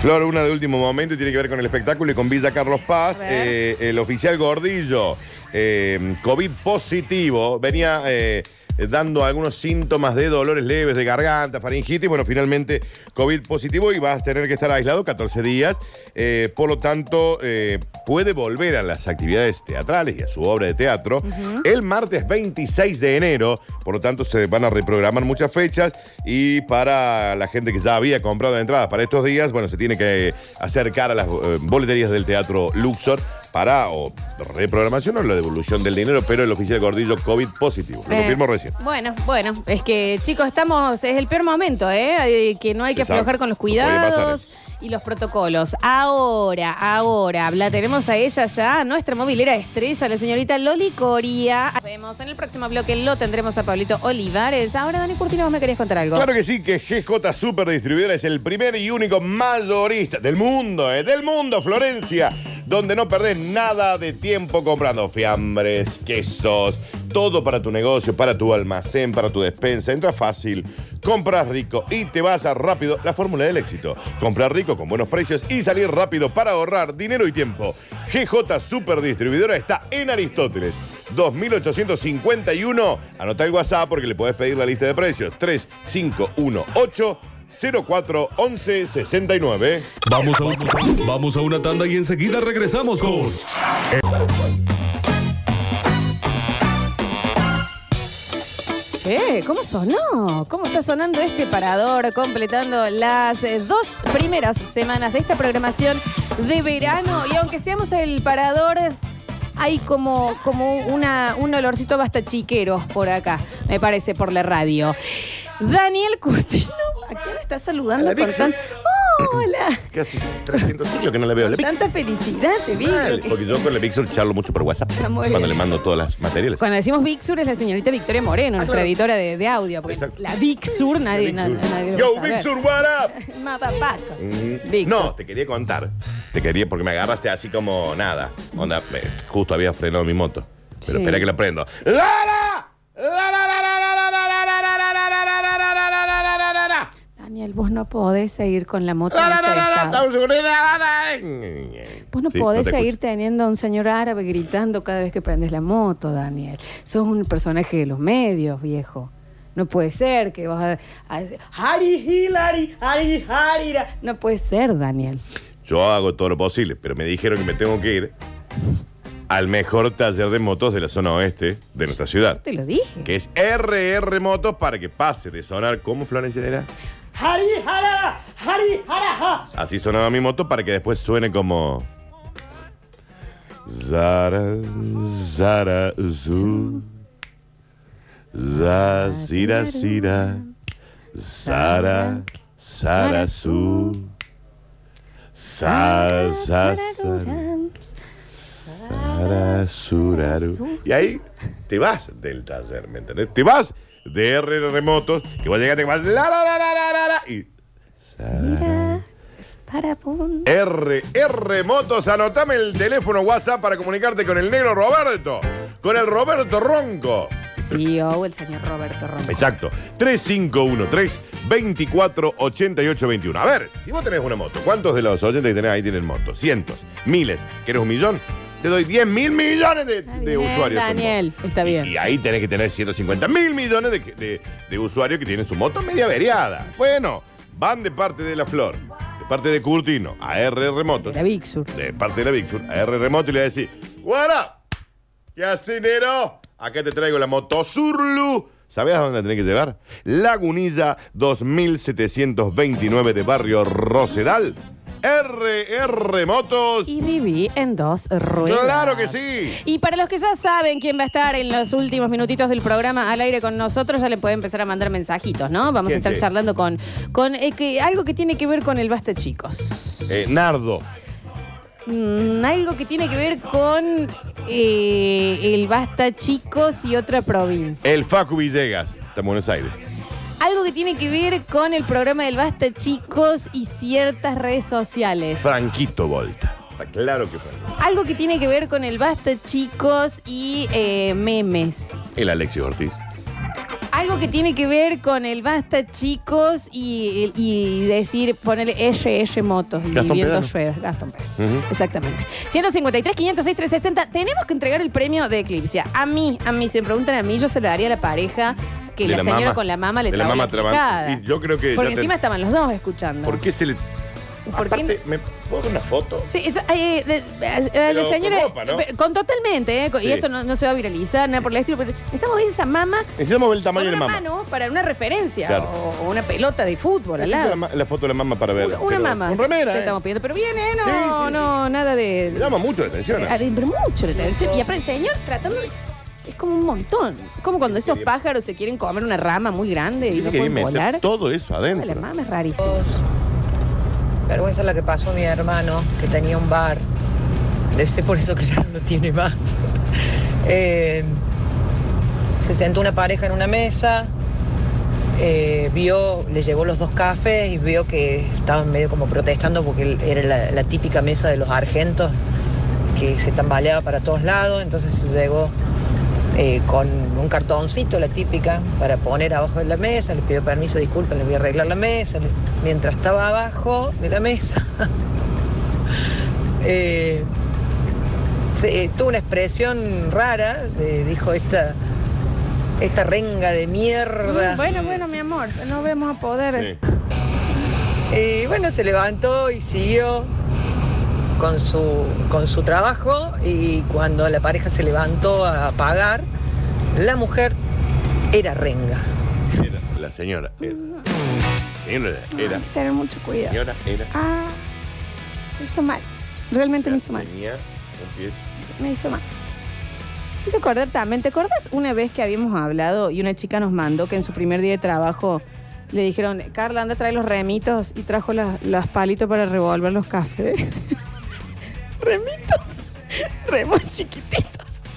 Speaker 3: Flor, una de último momento y tiene que ver con el espectáculo y con Villa Carlos Paz.
Speaker 2: A ver.
Speaker 3: Eh, el oficial Gordillo, eh, COVID positivo, venía eh, dando algunos síntomas de dolores leves de garganta, faringitis. Bueno, finalmente COVID positivo y vas a tener que estar aislado 14 días. Eh, por lo tanto, eh, puede volver a las actividades teatrales y a su obra de teatro el martes 26 de enero. Por lo tanto, se van a reprogramar muchas fechas y para la gente que ya había comprado entradas para estos días, bueno, se tiene que acercar a las eh, boleterías del Teatro Luxor para o reprogramación o la devolución del dinero, pero el oficial Gordillo COVID positivo. Lo
Speaker 2: Eh,
Speaker 3: confirmo recién.
Speaker 2: Bueno, bueno, es que chicos, estamos, es el peor momento, ¿eh? Eh, Que no hay
Speaker 3: Se
Speaker 2: que
Speaker 3: sabe,
Speaker 2: aflojar con los
Speaker 3: no puede pasar
Speaker 2: cuidados y los protocolos. Ahora, ahora, la tenemos a ella ya, nuestra movilera estrella, la señorita Loli Coria. Nos vemos en el próximo bloque, lo tendremos a Pablito Olivares. Ahora, Dani Curtino, vos me querías contar algo.
Speaker 3: Claro que sí, que GJ Super Distribuidora es el primer y único mayorista del mundo, ¿eh? Del mundo, Florencia. Donde no perdés nada de tiempo comprando fiambres, quesos, todo para tu negocio, para tu almacén, para tu despensa. Entra fácil, compras rico y te vas a rápido. La fórmula del éxito. Comprar rico con buenos precios y salir rápido para ahorrar dinero y tiempo. GJ Super Distribuidora está en Aristóteles. 2851. Anota el WhatsApp porque le podés pedir la lista de precios. 3518 0411 69.
Speaker 1: Vamos a, un- vamos a una tanda y enseguida regresamos con...
Speaker 2: ¿Qué? ¿Cómo sonó? ¿Cómo está sonando este parador completando las eh, dos primeras semanas de esta programación de verano? Y aunque seamos el parador, hay como, como una, un olorcito basta chiquero por acá, me parece, por la radio. Daniel Curtino, ¿a quién está saludando?
Speaker 3: A la
Speaker 2: con
Speaker 3: Vixen.
Speaker 2: tan- ¡Oh, hola!
Speaker 3: Casi 300 siglos que no la veo. La Vic-
Speaker 2: Tanta felicidad, te vi.
Speaker 3: Mal, porque yo con la Vixen charlo mucho por WhatsApp.
Speaker 2: Está muy
Speaker 3: Cuando
Speaker 2: bien.
Speaker 3: le mando todas las materiales.
Speaker 2: Cuando decimos Vixur es la señorita Victoria Moreno, nuestra
Speaker 3: claro.
Speaker 2: editora de, de audio. Porque
Speaker 3: Exacto.
Speaker 2: la Vixur, nadie, na- nadie lo va
Speaker 3: Yo,
Speaker 2: a saber.
Speaker 3: Vixen, what up?
Speaker 2: Matapaco.
Speaker 3: Mm,
Speaker 2: Vixen.
Speaker 3: No, te quería contar. Te quería porque me agarraste así como nada. Onda, me- justo había frenado mi moto. Pero
Speaker 17: Sí.
Speaker 3: espera que la prendo.
Speaker 2: Daniel, vos no podés seguir con la moto. en ese estado. Vos no
Speaker 3: Sí,
Speaker 2: podés
Speaker 3: no te
Speaker 2: seguir teniendo a un señor árabe gritando cada vez que prendes la moto, Daniel. Sos un personaje de los medios, viejo. No puede ser que vos... Hari, Hilari, Hari, Harira. No puede ser, Daniel.
Speaker 3: Yo hago todo lo posible, pero me dijeron que me tengo que ir al mejor taller de motos de la zona oeste de nuestra ciudad,
Speaker 2: Te lo dije.
Speaker 3: que es RR Motos para que pase de sonar como Florencia era.
Speaker 2: Hari, Hara, Hari, Hara,
Speaker 3: Así sonaba mi moto para que después suene como. Zara, Zara, Zu. Za, Zira, Zira. Zara, Zara, Zu. Sa, Sa, Zara, Zuraru. Y ahí te vas del taller, ¿me entendés? Te vas de R remotos, que vos llegaste que vas. La, la, la, la, la, la, la, y. Zara,
Speaker 2: Para pun.
Speaker 3: RR Motos, anotame el teléfono WhatsApp para comunicarte con el negro Roberto, con el Roberto Ronco.
Speaker 2: Sí, E o el señor Roberto Romero.
Speaker 3: Exacto, 3513-248821. A ver, si vos tenés una moto, ¿cuántos de los oyentes que tenés ahí tienen moto? Cientos, miles, ¿querés un millón? Te doy 10 mil millones de, de
Speaker 2: Bien,
Speaker 3: usuarios. con
Speaker 2: Daniel, está bien.
Speaker 3: moto. Y ahí tenés que tener 150 mil millones de, de- de usuarios que tienen su moto media averiada. Bueno, van de parte de La Flor, de parte de Curtino, a RR Motos.
Speaker 2: La Vixur.
Speaker 3: De parte de la Vixur, a RR Motos y le va a decir, "What up? ¿Qué haces, Nero? Acá te traigo la moto Surlu. ¿Sabías a dónde la tenés que llevar? Lagunilla 2729 de Barrio Rosedal. RR Motos.
Speaker 2: Y viví en dos ruedas.
Speaker 3: Claro que sí.
Speaker 2: Y para los que ya saben quién va a estar en los últimos minutitos del programa al aire con nosotros, ya le pueden empezar a mandar mensajitos, ¿no? Vamos a
Speaker 3: ¿Quién,
Speaker 2: estar
Speaker 3: quién?
Speaker 2: charlando con, con eh, que- algo que tiene que ver con el Basta Chicos.
Speaker 3: Eh, Nardo.
Speaker 2: Mm, algo que tiene que ver con eh, el Basta Chicos y otra provincia.
Speaker 3: El Facu Villegas. Está en Buenos Aires.
Speaker 2: Algo que tiene que ver con el programa del Basta Chicos y ciertas redes sociales.
Speaker 3: Franquito Volta. Está claro que fue.
Speaker 2: Algo que tiene que ver con el Basta Chicos y eh, memes.
Speaker 3: El Alexis Ortiz.
Speaker 2: Algo que tiene que ver con el Basta Chicos y, y decir, ponerle LL Motos y
Speaker 3: Gastón
Speaker 2: viviendo
Speaker 3: Pedano.
Speaker 2: Shred. Gastón Pedano.
Speaker 3: Ujú.
Speaker 2: Exactamente. 153, 506, 360. Tenemos que entregar el premio de Eclipse. A mí, a mí, se me preguntan a mí, yo se lo daría a la pareja que
Speaker 3: De
Speaker 2: la,
Speaker 3: la
Speaker 2: señora
Speaker 3: mamá.
Speaker 2: con la mamá le
Speaker 3: De la
Speaker 2: trabó
Speaker 3: mamá
Speaker 2: la
Speaker 3: trabando.
Speaker 2: quijada.
Speaker 3: Y yo creo que ya
Speaker 2: Porque
Speaker 3: te-
Speaker 2: encima estaban los dos escuchando.
Speaker 3: ¿Por qué se le.? Aparte, ¿me puedo dar una foto?
Speaker 2: Sí, eso, eh, de- eh, eh, la
Speaker 3: Pero
Speaker 2: señora.
Speaker 3: con ropa, ¿no?
Speaker 2: pero con totalmente, eh, con- y
Speaker 3: Sí.
Speaker 2: esto no, no se va a viralizar, nada por el estilo. pero Estamos viendo esa mama
Speaker 3: Necesitamos ver el tamaño de
Speaker 2: con
Speaker 3: la
Speaker 2: una
Speaker 3: mamá.
Speaker 2: mano para una referencia
Speaker 3: Claro.
Speaker 2: o, o una pelota de fútbol al
Speaker 3: Necesito
Speaker 2: lado.
Speaker 3: la, ma- la foto de la mamá para ver.
Speaker 2: Una mama. Te estamos pidiendo, pero viene, ¿eh? no,
Speaker 3: ¿eh? Sí, sí, sí.
Speaker 2: no, nada de.
Speaker 3: Me llama mucho la atención. ¿eh?
Speaker 2: Ah, de- pero mucho la atención. Y aparte, el señor tratando de. Es como un montón. Es como cuando esos pájaros se quieren comer una rama muy grande y no
Speaker 3: que
Speaker 2: pueden
Speaker 3: meter
Speaker 2: volar.
Speaker 3: todo eso adentro.
Speaker 2: La mama es rarísima.
Speaker 17: Vergüenza la que pasó a mi hermano, que tenía un bar. Debe ser por eso que ya no lo tiene más. Eh, se sentó una pareja en una mesa, eh, vio, le llevó los dos cafés y vio que estaban medio como protestando porque era la, la típica mesa de los argentos que se tambaleaba para todos lados. Entonces se llegó eh, con un cartoncito, la típica, para poner abajo de la mesa, le pidió permiso, disculpen, les voy a arreglar la mesa. Le- Mientras estaba abajo de la mesa, eh, se- eh, tuvo una expresión rara, de- dijo esta, esta renga de mierda.
Speaker 2: Mm, Bueno, bueno, mi amor, no vamos a poder.
Speaker 17: Y bueno, se levantó y siguió con su, con su trabajo y cuando la pareja se levantó a pagar, la mujer era renga.
Speaker 3: Era la señora. Era. Señora era.
Speaker 2: Tener mucho cuidado.
Speaker 3: Señora era.
Speaker 2: Ah, me hizo mal. Realmente me hizo mal.
Speaker 3: Tenía un pie.
Speaker 2: Me hizo mal. Me hizo acordar también. ¿Te acuerdas una vez que habíamos hablado y una chica nos mandó que en su primer día de trabajo le dijeron, Carla, anda, trae los remitos y trajo las- los palitos para revolver los cafés? remitos. Remos chiquititos.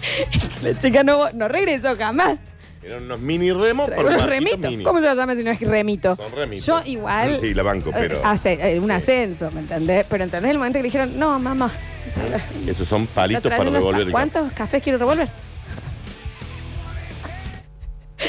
Speaker 2: La chica no, no regresó jamás.
Speaker 3: Eran unos mini remos,
Speaker 2: Trae
Speaker 3: pero
Speaker 2: unos
Speaker 3: barquitos
Speaker 2: remitos.
Speaker 3: mini.
Speaker 2: ¿Cómo se llama si no es remito?
Speaker 3: Son remitos.
Speaker 2: Yo igual.
Speaker 3: Sí, la banco,
Speaker 2: eh,
Speaker 3: pero.
Speaker 2: hace, eh, un ascenso, ¿me entendés? Pero entendés el momento que le dijeron, no, mamá.
Speaker 3: Esos son palitos
Speaker 2: No traen
Speaker 3: para
Speaker 2: unos
Speaker 3: revolver
Speaker 2: pa-
Speaker 3: el
Speaker 2: ¿Cuántos cafés quiero revolver?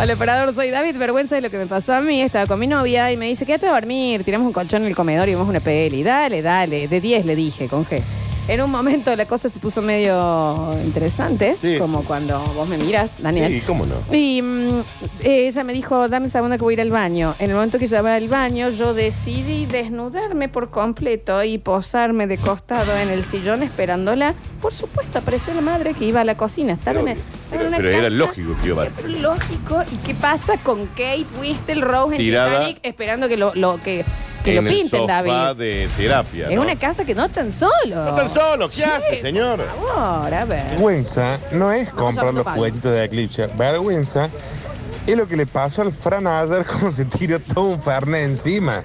Speaker 2: Hola, operador, soy David. Vergüenza de lo que me pasó a mí. Estaba con mi novia y me dice, quédate a dormir. Tiramos un colchón en el comedor y vemos una peli. Dale, dale. De 10 le dije, con G. En un momento la cosa se puso medio interesante, como cuando vos me miras, Daniel.
Speaker 3: Sí, cómo no.
Speaker 2: Y mm, ella me dijo, dame un segundo que voy a ir al baño. En el momento que yo iba al baño, yo decidí desnudarme por completo y posarme de costado en el sillón esperándola. Por supuesto, apareció la madre que iba a la cocina. Estaba en una, estaba en
Speaker 3: Pero,
Speaker 2: una
Speaker 3: pero era
Speaker 2: casa,
Speaker 3: lógico que iba a
Speaker 2: pero lógico. ¿Y qué pasa con Kate Winstel Rose en
Speaker 3: Tirada
Speaker 2: Titanic esperando que lo, lo- que, que
Speaker 3: en
Speaker 2: lo
Speaker 3: el
Speaker 2: pinten,
Speaker 3: sofá
Speaker 2: David?
Speaker 3: de terapia.
Speaker 2: Es
Speaker 3: ¿no?
Speaker 2: una casa que no están solo. No
Speaker 3: están solo, ¿qué hace, señor?
Speaker 2: Ahora, a ver.
Speaker 18: Vergüenza no es comprar
Speaker 2: hablando
Speaker 18: los
Speaker 2: mal.
Speaker 18: juguetitos de Eclipse. Vergüenza es lo que le pasó al Fran ayer cuando se tiró todo un Fernet encima.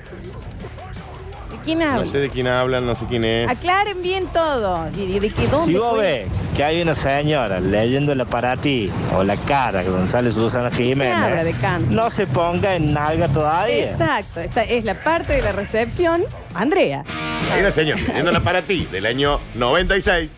Speaker 2: ¿De quién
Speaker 3: No
Speaker 2: habla?
Speaker 3: sé de quién hablan, no sé quién es.
Speaker 2: Aclaren bien todo. ¿Y de, de qué- dónde
Speaker 19: Si vos
Speaker 2: fue?
Speaker 19: ves que hay una señora leyéndola para ti o la cara que González Susana Jiménez,
Speaker 2: abra de canto.
Speaker 19: eh. no se ponga en nalga todavía.
Speaker 2: Exacto, esta es la parte de la recepción. Andrea.
Speaker 3: Mira, señor, leyéndola para ti, del año 96.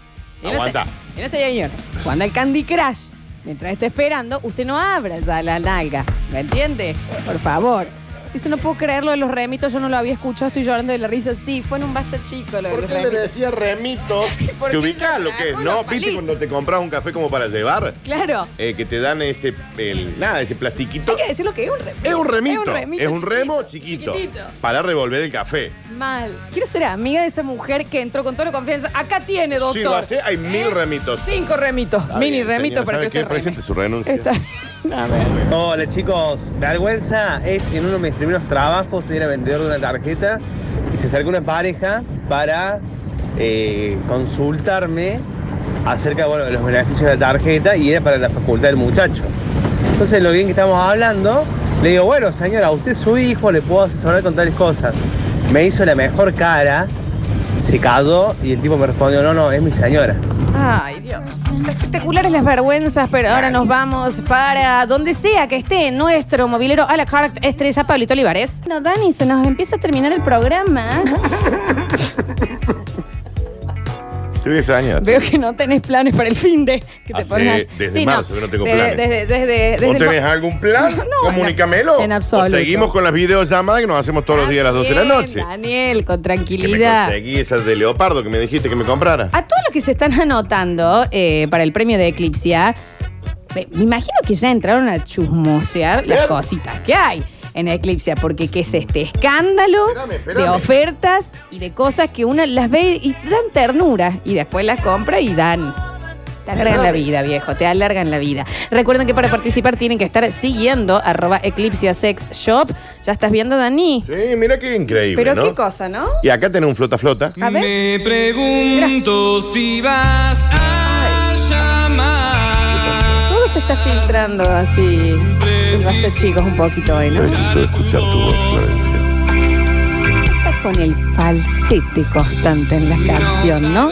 Speaker 2: no
Speaker 3: Aguanta.
Speaker 2: Mira, señor, cuando el Candy Crush, mientras esté esperando, usted no abra ya la nalga. ¿Me entiende? Por favor. Dice, no puedo creer lo de los remitos, yo no lo había escuchado, estoy llorando de la risa. Sí, fue en un basta chico lo de los
Speaker 3: qué le
Speaker 2: remitos.
Speaker 3: decía remito?
Speaker 2: ¿Por
Speaker 3: ¿Te
Speaker 2: qué
Speaker 3: ubicás
Speaker 2: se
Speaker 3: lo que es?
Speaker 2: sacó
Speaker 3: ¿No?
Speaker 2: los
Speaker 3: ¿Viste
Speaker 2: palitos?
Speaker 3: cuando te compras un café como para llevar?
Speaker 2: Claro.
Speaker 3: Eh, que te dan ese, el- nada, ese plastiquito.
Speaker 2: Hay que decir lo que es un remito.
Speaker 3: Es un remito.
Speaker 2: Es un remito
Speaker 3: remo chiquito.
Speaker 2: chiquitito.
Speaker 3: Para revolver el café.
Speaker 2: Mal. Quiero ser amiga de esa mujer que entró con toda la confianza. Acá tiene, ¿Eh? doctor.
Speaker 3: Si lo hace, hay mil remitos.
Speaker 2: Cinco remitos.
Speaker 3: Está
Speaker 2: Mini
Speaker 3: bien,
Speaker 2: remitos
Speaker 3: señora,
Speaker 2: para que
Speaker 3: ¿sabe qué?
Speaker 2: usted reme.
Speaker 3: Presente su renuncia.
Speaker 2: Está- A ver.
Speaker 20: Hola chicos, vergüenza es en uno de mis primeros trabajos era vendedor de una tarjeta y se acercó una pareja para eh, consultarme acerca bueno, de los beneficios de la tarjeta y era para la facultad del muchacho. Entonces, lo bien que estamos hablando, le digo, bueno, señora, a usted es su hijo, le puedo asesorar con tales cosas. Me hizo la mejor cara, se cagó y el tipo me respondió, no, no, es mi señora.
Speaker 2: Ay, Dios. Espectaculares las vergüenzas, pero ahora nos vamos para donde sea que esté nuestro movilero a la carte estrella Pablito Olivares. No, Dani, se nos empieza a terminar el programa.
Speaker 3: Te voy a extrañar.
Speaker 2: Veo que no tenés planes para el fin de que te
Speaker 3: Hace-
Speaker 2: pones.
Speaker 3: Ah, desde marzo que no tengo
Speaker 2: desde,
Speaker 3: planes.
Speaker 2: Desde, desde- desde
Speaker 3: ¿O
Speaker 2: el
Speaker 3: tenés
Speaker 2: mo-
Speaker 3: algún plan? Comunícamelo.
Speaker 2: en- en absoluto.
Speaker 3: O seguimos con las videollamadas que nos hacemos todos los días a las 12 de la
Speaker 2: Bien,
Speaker 3: noche.
Speaker 2: Daniel, con
Speaker 3: Que me
Speaker 2: tranquilidad.
Speaker 3: conseguí esas de leopardo que me dijiste que me comprara.
Speaker 2: A todos los que se están anotando eh, para el premio de Eclipsia, me me imagino que ya entraron a chusmosear las cositas que hay en Eclipsia, porque qué es este escándalo de ofertas y de cosas que uno las ve y dan ternura y después las compra y dan. Te alargan la vida, viejo, te alargan la vida. Recuerden que para participar tienen que estar siguiendo arroba Eclipsia Sex Shop. ¿Ya estás viendo, Dani?
Speaker 3: Sí, mira qué increíble,
Speaker 2: Pero
Speaker 3: ¿no?
Speaker 2: qué cosa, ¿no? Ah.
Speaker 3: Y acá tenés un flota flota.
Speaker 2: A ver.
Speaker 21: Me pregunto si vas a llamar.
Speaker 2: Todo se está filtrando así. en Basta chicos un poquito hoy, ¿no?
Speaker 3: Preciso escuchar tu voz, Florencia.
Speaker 2: Pasa con el falsete constante en la canción, ¿no?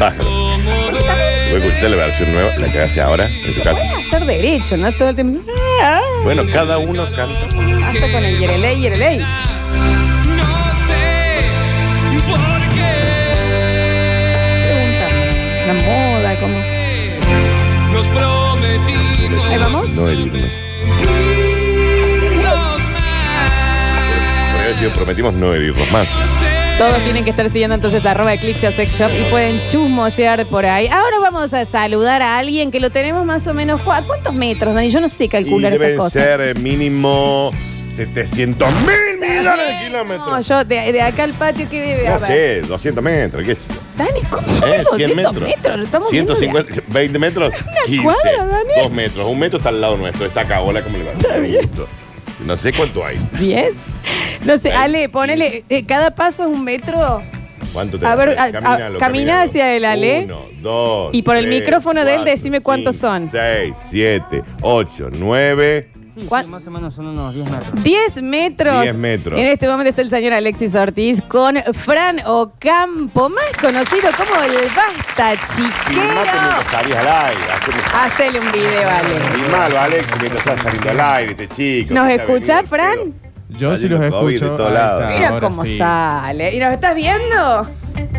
Speaker 3: Pájaro. Voy a escuchar la versión nueva, la que hace ahora en su casa.
Speaker 2: Hacer derecho, ¿no? Todo el tiempo. Ah,
Speaker 3: Bueno, cada uno canta.
Speaker 2: Pasa con el yereley, yereley. Pregunta, La moda, como.
Speaker 21: Nos prometimos.
Speaker 2: Ahí vamos.
Speaker 3: No el himno. Porque si prometimos no herirnos más.
Speaker 2: Todos tienen que estar siguiendo entonces arroba Eclipse Sex Shop y pueden chusmosear por ahí. Ahora vamos a saludar a alguien que lo tenemos más o menos. ¿cu- ¿A cuántos metros, Dani? Yo no sé
Speaker 3: Y
Speaker 2: calcular estas
Speaker 3: deben
Speaker 2: cosas.
Speaker 3: ser eh, mínimo 700 mil millones de kilómetros.
Speaker 2: No, yo de, de acá al patio, ¿qué debe
Speaker 3: No
Speaker 2: haber?
Speaker 3: sé, 200 metros, qué sé yo.
Speaker 2: Dani, ¿cómo?
Speaker 3: ¿Eh?
Speaker 2: 100 metros. Lo estamos viendo de
Speaker 3: 150, 20 metros, 15.
Speaker 2: cuadra, Daniel.
Speaker 3: 2 metros, un metro está al lado nuestro, está acá, hola, ¿cómo le va? Listo. No sé cuánto hay.
Speaker 2: 10. No sé, Ale, ponele, eh, cada paso es un metro.
Speaker 3: ¿Cuánto
Speaker 2: A
Speaker 3: tenemos?
Speaker 2: ver, a- a-
Speaker 3: Camínalo,
Speaker 2: camina
Speaker 3: camínalo.
Speaker 2: hacia el Ale.
Speaker 3: Uno, dos.
Speaker 2: Y por el
Speaker 3: tres,
Speaker 2: micrófono de él
Speaker 3: cuatro,
Speaker 2: decime cuántos
Speaker 3: cinco,
Speaker 2: son.
Speaker 3: Seis, siete, ocho, nueve.
Speaker 2: ¿Cuá-
Speaker 19: Más o menos son unos 10 metros.
Speaker 2: 10 metros.
Speaker 3: 10 metros.
Speaker 2: En este momento está el señor Alexis Ortiz con Fran Ocampo, más conocido como el Basta Chiquero.
Speaker 3: Salías al aire. haceme-
Speaker 2: Hacele un video, Ale.
Speaker 3: Y malo, Alex, mientras estás saliendo al aire, este chico.
Speaker 2: ¿Nos
Speaker 3: que está
Speaker 2: escucha,
Speaker 3: venido.
Speaker 2: Fran?
Speaker 22: Yo sí
Speaker 3: Saliendo
Speaker 22: los
Speaker 3: COVID de
Speaker 22: escucho.
Speaker 3: todos
Speaker 22: Ahí
Speaker 3: lados.
Speaker 22: está,
Speaker 2: Mira
Speaker 22: ahora
Speaker 2: cómo
Speaker 22: sí.
Speaker 2: sale. ¿Y nos estás viendo?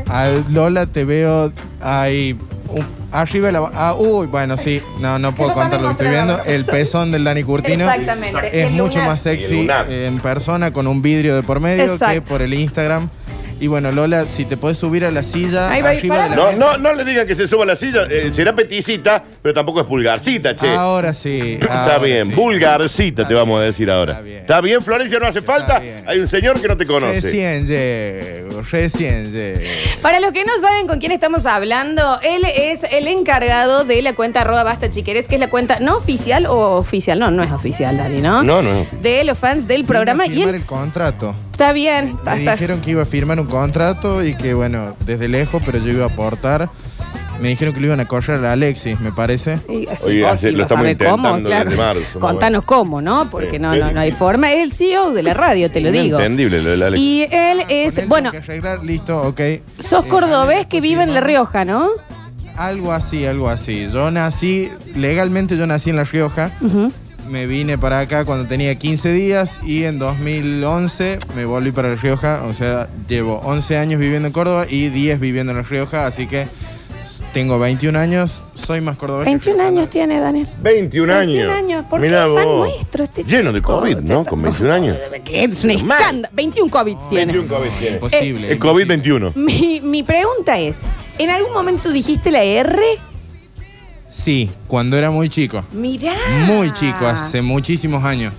Speaker 22: Al Lola te veo ahí un- arriba de la. Ah, uy, bueno, sí. No, no puedo
Speaker 2: Yo
Speaker 22: contar
Speaker 2: también
Speaker 22: lo que estoy
Speaker 2: mostré la
Speaker 22: viendo. El pezón del Dani Curtino.
Speaker 2: Exactamente,
Speaker 22: Es
Speaker 2: el
Speaker 22: mucho
Speaker 2: lunar.
Speaker 22: más
Speaker 3: El
Speaker 22: sexy
Speaker 3: lunar.
Speaker 22: en persona con un vidrio de por medio que
Speaker 2: Exacto.
Speaker 22: por el Instagram. Y bueno, Lola, si te podés subir a la silla
Speaker 2: Ahí va,
Speaker 22: arriba
Speaker 2: pará.
Speaker 22: de la
Speaker 3: No,
Speaker 22: mesa.
Speaker 3: no, no le digan que se suba a la silla. eh, será peticita, pero tampoco es pulgarcita, che.
Speaker 22: Ahora sí.
Speaker 3: Está
Speaker 22: ahora
Speaker 3: bien,
Speaker 22: sí.
Speaker 3: vulgarcita te vamos a decir ahora. Está bien, Florencia, no hace falta. Hay un señor que no te conoce.
Speaker 22: Recién llego, recién llego.
Speaker 2: Para los que no saben con quién estamos hablando, él es el encargado de la cuenta arroba basta chiqueres, que es la cuenta no oficial o oficial, no, no es oficial, Dani, ¿no?
Speaker 22: No, no.
Speaker 2: De los fans del programa
Speaker 22: Vine a
Speaker 2: y
Speaker 22: firmar
Speaker 2: él
Speaker 22: el contrato.
Speaker 2: está bien. está-
Speaker 22: Me
Speaker 2: está-
Speaker 22: dijeron que iba a firmar un contrato y que, bueno, desde lejos, pero yo iba a aportar. Me dijeron que lo iban a correr a la Alexis, me parece.
Speaker 2: y así, oh, sí, no sabe cómo, claro. Contanos cómo, ¿no? Porque no, no, no hay forma. Es el CEO de la radio, te lo digo.
Speaker 3: Entendible lo de la Alexis.
Speaker 2: Y
Speaker 22: Ah,
Speaker 2: él es, bueno,
Speaker 22: Listo, ok.
Speaker 2: sos cordobés
Speaker 22: Eh,
Speaker 2: que vive en La Rioja, ¿no?
Speaker 22: Algo así, algo así. Yo nací, legalmente yo nací en La Rioja. Me vine para acá cuando tenía 15 días y en 2011 me volví para La Rioja. O sea, llevo 11 años viviendo en Córdoba y 10 viviendo en La Rioja. Así que s- tengo 21 años, soy más cordobés. que
Speaker 2: 21 años tiene, Daniel.
Speaker 3: 21 años.
Speaker 2: 21 años, ¿por qué
Speaker 3: Mirá
Speaker 2: es fan
Speaker 3: vos.
Speaker 2: nuestro este chico?
Speaker 3: Lleno de COVID, ¿no? Con 21 años.
Speaker 2: Que Es un escándalo. 21 COVID tiene.
Speaker 3: 21 COVID tiene.
Speaker 22: Imposible.
Speaker 3: El COVID-21.
Speaker 2: Mi, mi pregunta es, ¿en algún momento dijiste la R?
Speaker 22: Sí, cuando era muy chico.
Speaker 2: Mirá.
Speaker 22: Muy chico,
Speaker 2: Ah.
Speaker 22: hace muchísimos años.